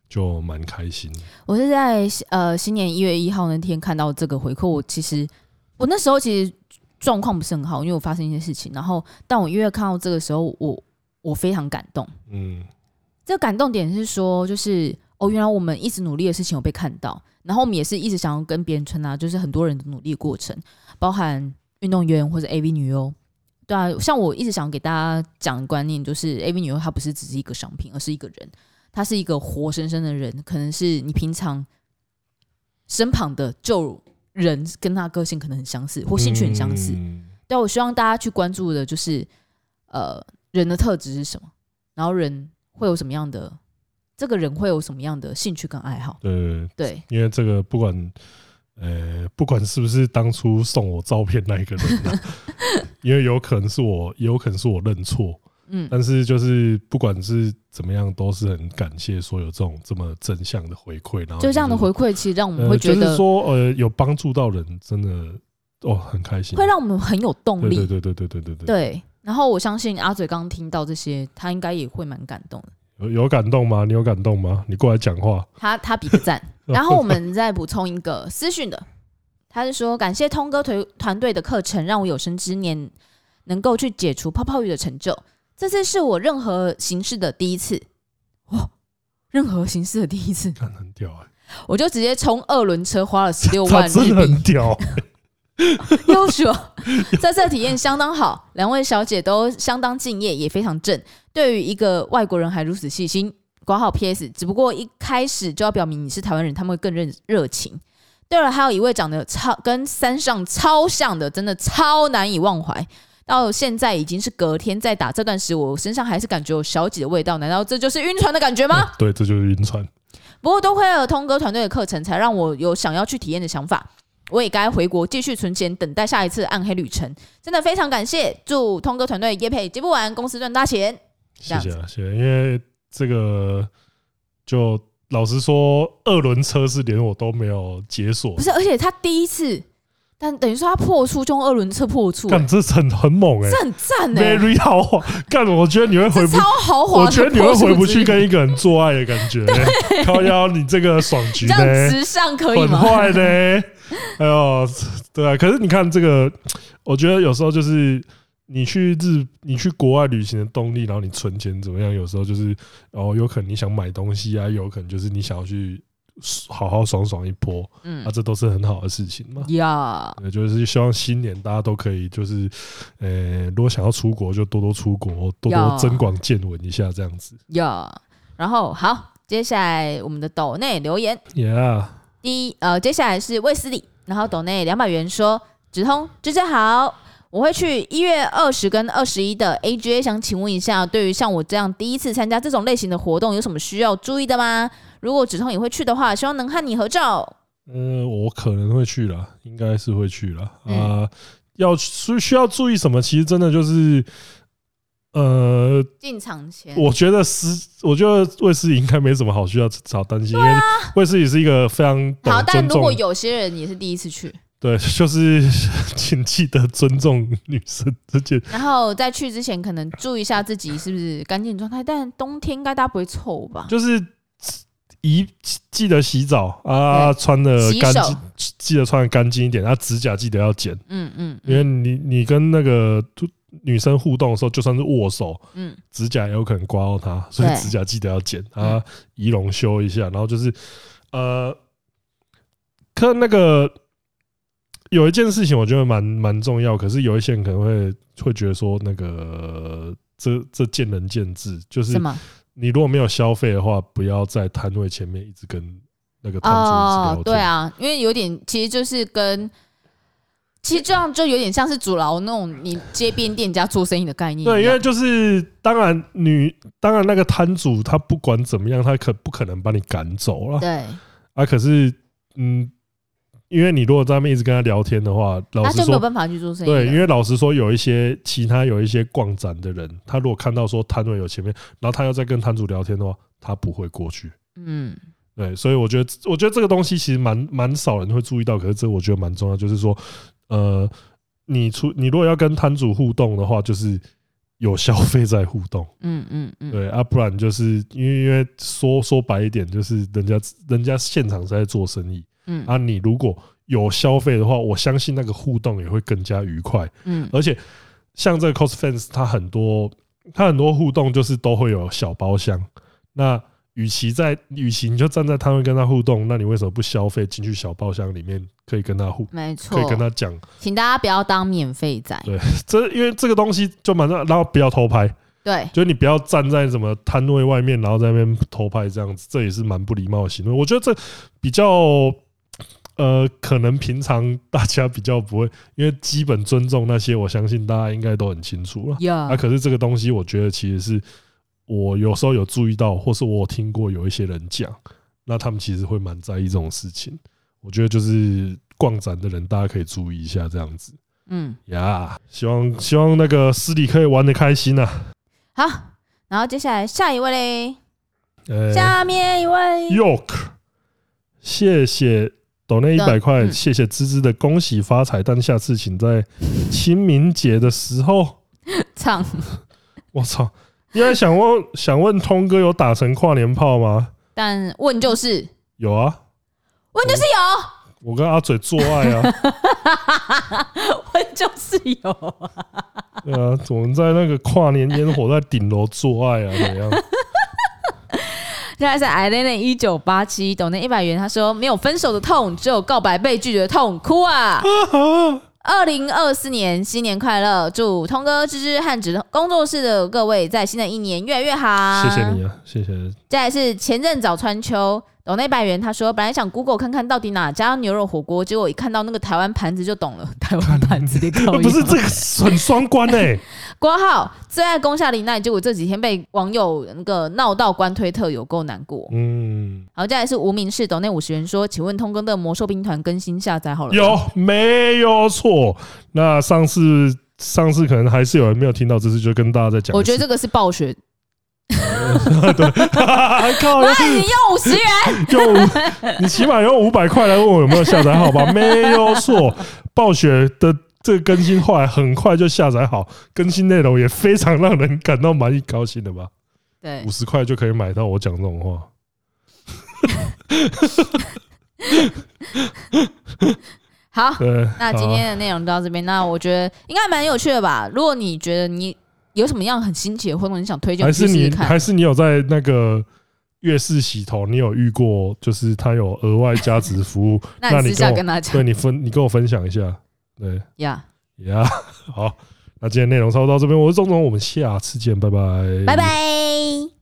就蛮开心的。我是在呃新年一月一号那天看到这个回扣，我其实我那时候其实状况不是很好，因为我发生一些事情，然后但我因为看到这个时候，我我非常感动。嗯，这个感动点是说，就是哦，原来我们一直努力的事情有被看到，然后我们也是一直想要跟别人传达，就是很多人的努力过程，包含运动员或者 AV 女优。对啊，像我一直想给大家讲的观念，就是 AV 女优她不是只是一个商品，而是一个人，她是一个活生生的人，可能是你平常身旁的就人跟她个性可能很相似，或兴趣很相似。嗯对，我希望大家去关注的就是，呃，人的特质是什么，然后人会有什么样的，这个人会有什么样的兴趣跟爱好。对，对，因为这个不管呃不管是不是当初送我照片那一个人、啊， 因为有可能是我，也有可能是我认错，嗯，但是就是不管是怎么样，都是很感谢说有这种这么正向的回馈，然后就这样的是回馈，其实让我们呃会就觉是得，说呃有帮助到人，真的哦很开心，会让我们很有动对力。对对对对对对对对，然后我相信阿嘴刚刚听到这些，他应该也会蛮感动的。有有感动吗？你有感动吗？你过来讲话。他他比个赞。然后我们再补充一个私讯的，他是说感谢通哥团团队的课程，让我有生之年能够去解除泡泡鱼的成就。这次是我任何形式的第一次，哦，任何形式的 第一次，看很屌哎、我就直接冲二轮车花了十六欸，他万日真的币很，屌、优秀。这次的体验相当好，两位小姐都相当敬业，也非常正。对于一个外国人还如此细心，挂号 PS，只不过一开始就要表明你是台湾人，他们会更热热情。对了，还有一位长得超跟山上超像的，真的超难以忘怀。到现在已经是隔天在打这段时，我身上还是感觉有小姐的味道，难道这就是晕船的感觉吗？ 对，这就是晕船。不过多亏了通哥团队的课程，才让我有想要去体验的想法。我也该回国继续存钱，等待下一次暗黑旅程。真的非常感谢，祝通哥团队业配接不完，公司赚大钱。这谢样谢啊，谢谢。因为这个，就老实说，二轮车是连我都没有解锁不，是，而且他第一次，但等于说他破处，就用二轮车破处、干这很很猛哎、这很赞呢、欸 Very 豪华，干！我觉得你会回这不超，豪华的我觉得你会破处回不去之旅跟一个人做爱的感 觉、靠腰，你这个爽局这呢、样直上可以很吗？坏呢。 哎呦，对啊。可是你看这个，我觉得有时候就是你去日，你去国外旅行的动力，然后你存钱怎么样？有时候就是哦，有可能你想买东西啊，有可能就是你想要去好好爽爽一波嗯啊，这都是很好的事情嘛。呀，呃，就是希望新年大家都可以，就是，呃，如果想要出国就多多出国，多多要增广见闻一下，这样子。呀，然后好，接下来我们的抖内留言， Yeah，第一，呃，接下来是卫斯理，然后抖内两百元说，直通芝芝好，我会去一月二十跟二十一的 AGA，想请问一下，对于像我这样第一次参加这种类型的活动，有什么需要注意的吗？如果直通也会去的话，希望能和你合照。呃，我可能会去啦，应该是会去啦。啊、嗯要需需要注意什么？其实真的就是，呃，进场前，我觉得斯，我觉得卫斯理应该没什么好需要好担心，因为卫斯理是一个非常懂啊好，但尊如果哦重，有些人也是第一次去，对，就是 请记得尊重女生这件。然后在去之前可能注意一下自己是不是干净状态，但冬天应该大家不会臭吧？就是一记得洗澡啊，穿的洗干手净，记得穿的干净一点，然后指甲记得要剪，嗯嗯因为你你跟那个女生互动的时候，就算是握手，嗯，指甲也有可能刮到她，所以对嗯指甲记得要剪啊，仪容修一下，然后就是呃，可那个。有一件事情我觉得蛮蛮重要，可是有一些人可能会会觉得说那个这这见仁见智，就是什么？你如果没有消费的话，不要在摊位前面一直跟那个摊主一直哦聊，天。对，啊，因为有点，其实就是跟，其实这样就有点像是阻挠那种你街边店家做生意的概念一样。对，因为就是当然女，当然那个摊主他不管怎么样，他可不可能把你赶走了对，啊？可是，嗯，因为你如果在那边一直跟他聊天的话，老他实就没有说。办法去做生意了。对，因为老实说，有一些其他有一些逛展的人，他如果看到说摊位有前面，然后他又在跟摊主聊天的话，他不会过去。嗯，对，所以我觉得，我觉得这个东西其实蛮蛮少人会注意到，可是这我觉得蛮重要，就是说，呃，你出你如果要跟摊主互动的话，就是有消费在互动，嗯嗯嗯，对啊，不然就是因为因为说说白一点，就是人家人家现场是在做生意嗯啊，你如果有消费的话，我相信那个互动也会更加愉快，嗯而且像这个 cos fans，它很多它很多互动就是都会有小包厢。那与其在与其你就站在摊位跟他互动，那你为什么不消费进去小包厢里面可以跟他互？没可错以。跟他讲，嗯请大家不要当免费仔。对这因为这个东西就蛮重要，然后不要偷拍，对，就是你不要站在什么摊位外面，然后在那边偷拍这样子，这也是蛮不礼貌的行为。我觉得这比较呃，可能平常大家比较不会，因为基本尊重那些，我相信大家应该都很清楚了。呀啊，可是这个东西，我觉得其实是我有时候有注意到，或是我有听过有一些人讲，那他们其实会蛮在意这种事情。我觉得就是逛展的人，大家可以注意一下这样子嗯，呀。希望希望那个私里可以玩的开心啊。好，然后接下来下一位嘞，呃下面一位 York，谢谢抖那一百块，嗯谢谢芝芝的恭喜发财，但下次请在清明节的时候，唱我操，因为想问想问通哥有打成跨年炮吗？但问就是有啊，问就是有，我跟阿嘴做爱 啊， 问就是有。对啊，我们在那个跨年烟火在顶楼做爱啊，怎样？ 现在是 i l e n 一九八七，抖那一百元，他说没有分手的痛，只有告白被拒绝的痛，哭啊！二零二四年新年快乐，祝通哥、芝芝和纸工作室的各位在新的一年越来越好。谢谢你啊，谢谢。再来是前任早川秋，抖内百元，他说本来想 Google 看看到底哪家牛肉火锅，结果一看到那个台湾盘子就懂了， 台湾 盘子的不是这个很双关哎，挂号最爱宫下林奈，结果这几天被网友那个闹到关推特，有够难过。嗯，好，接下来是无名氏抖内五十元说，请问通哥的魔兽兵团更新下载好了吗？ 有没有错？那上次上次可能还是有人没有听到，这次就跟大家再讲一次。我觉得这个是暴雪， 靠，那你用五十元，用你起码用五百块来问我有没有下载好吧？没有错，暴雪的这个更新后来很快就下载好，更新内容也非常让人感到满意高兴的吧？对五，十块就可以买到我讲这种话，好，对。那今天的内容就到这边，那我觉得应该蛮有趣的吧。如果你觉得你有什么样很新奇的活动，你想推好荐，还我是去试你试看还。是你有在那个。月式洗头，你有遇过？就是它有额外加值服务，那你私下我跟他讲对你分，你跟我分享一下。对呀，呀 好，那今天内容差不多到这边，我是钟总，我们下次见，拜拜，拜拜。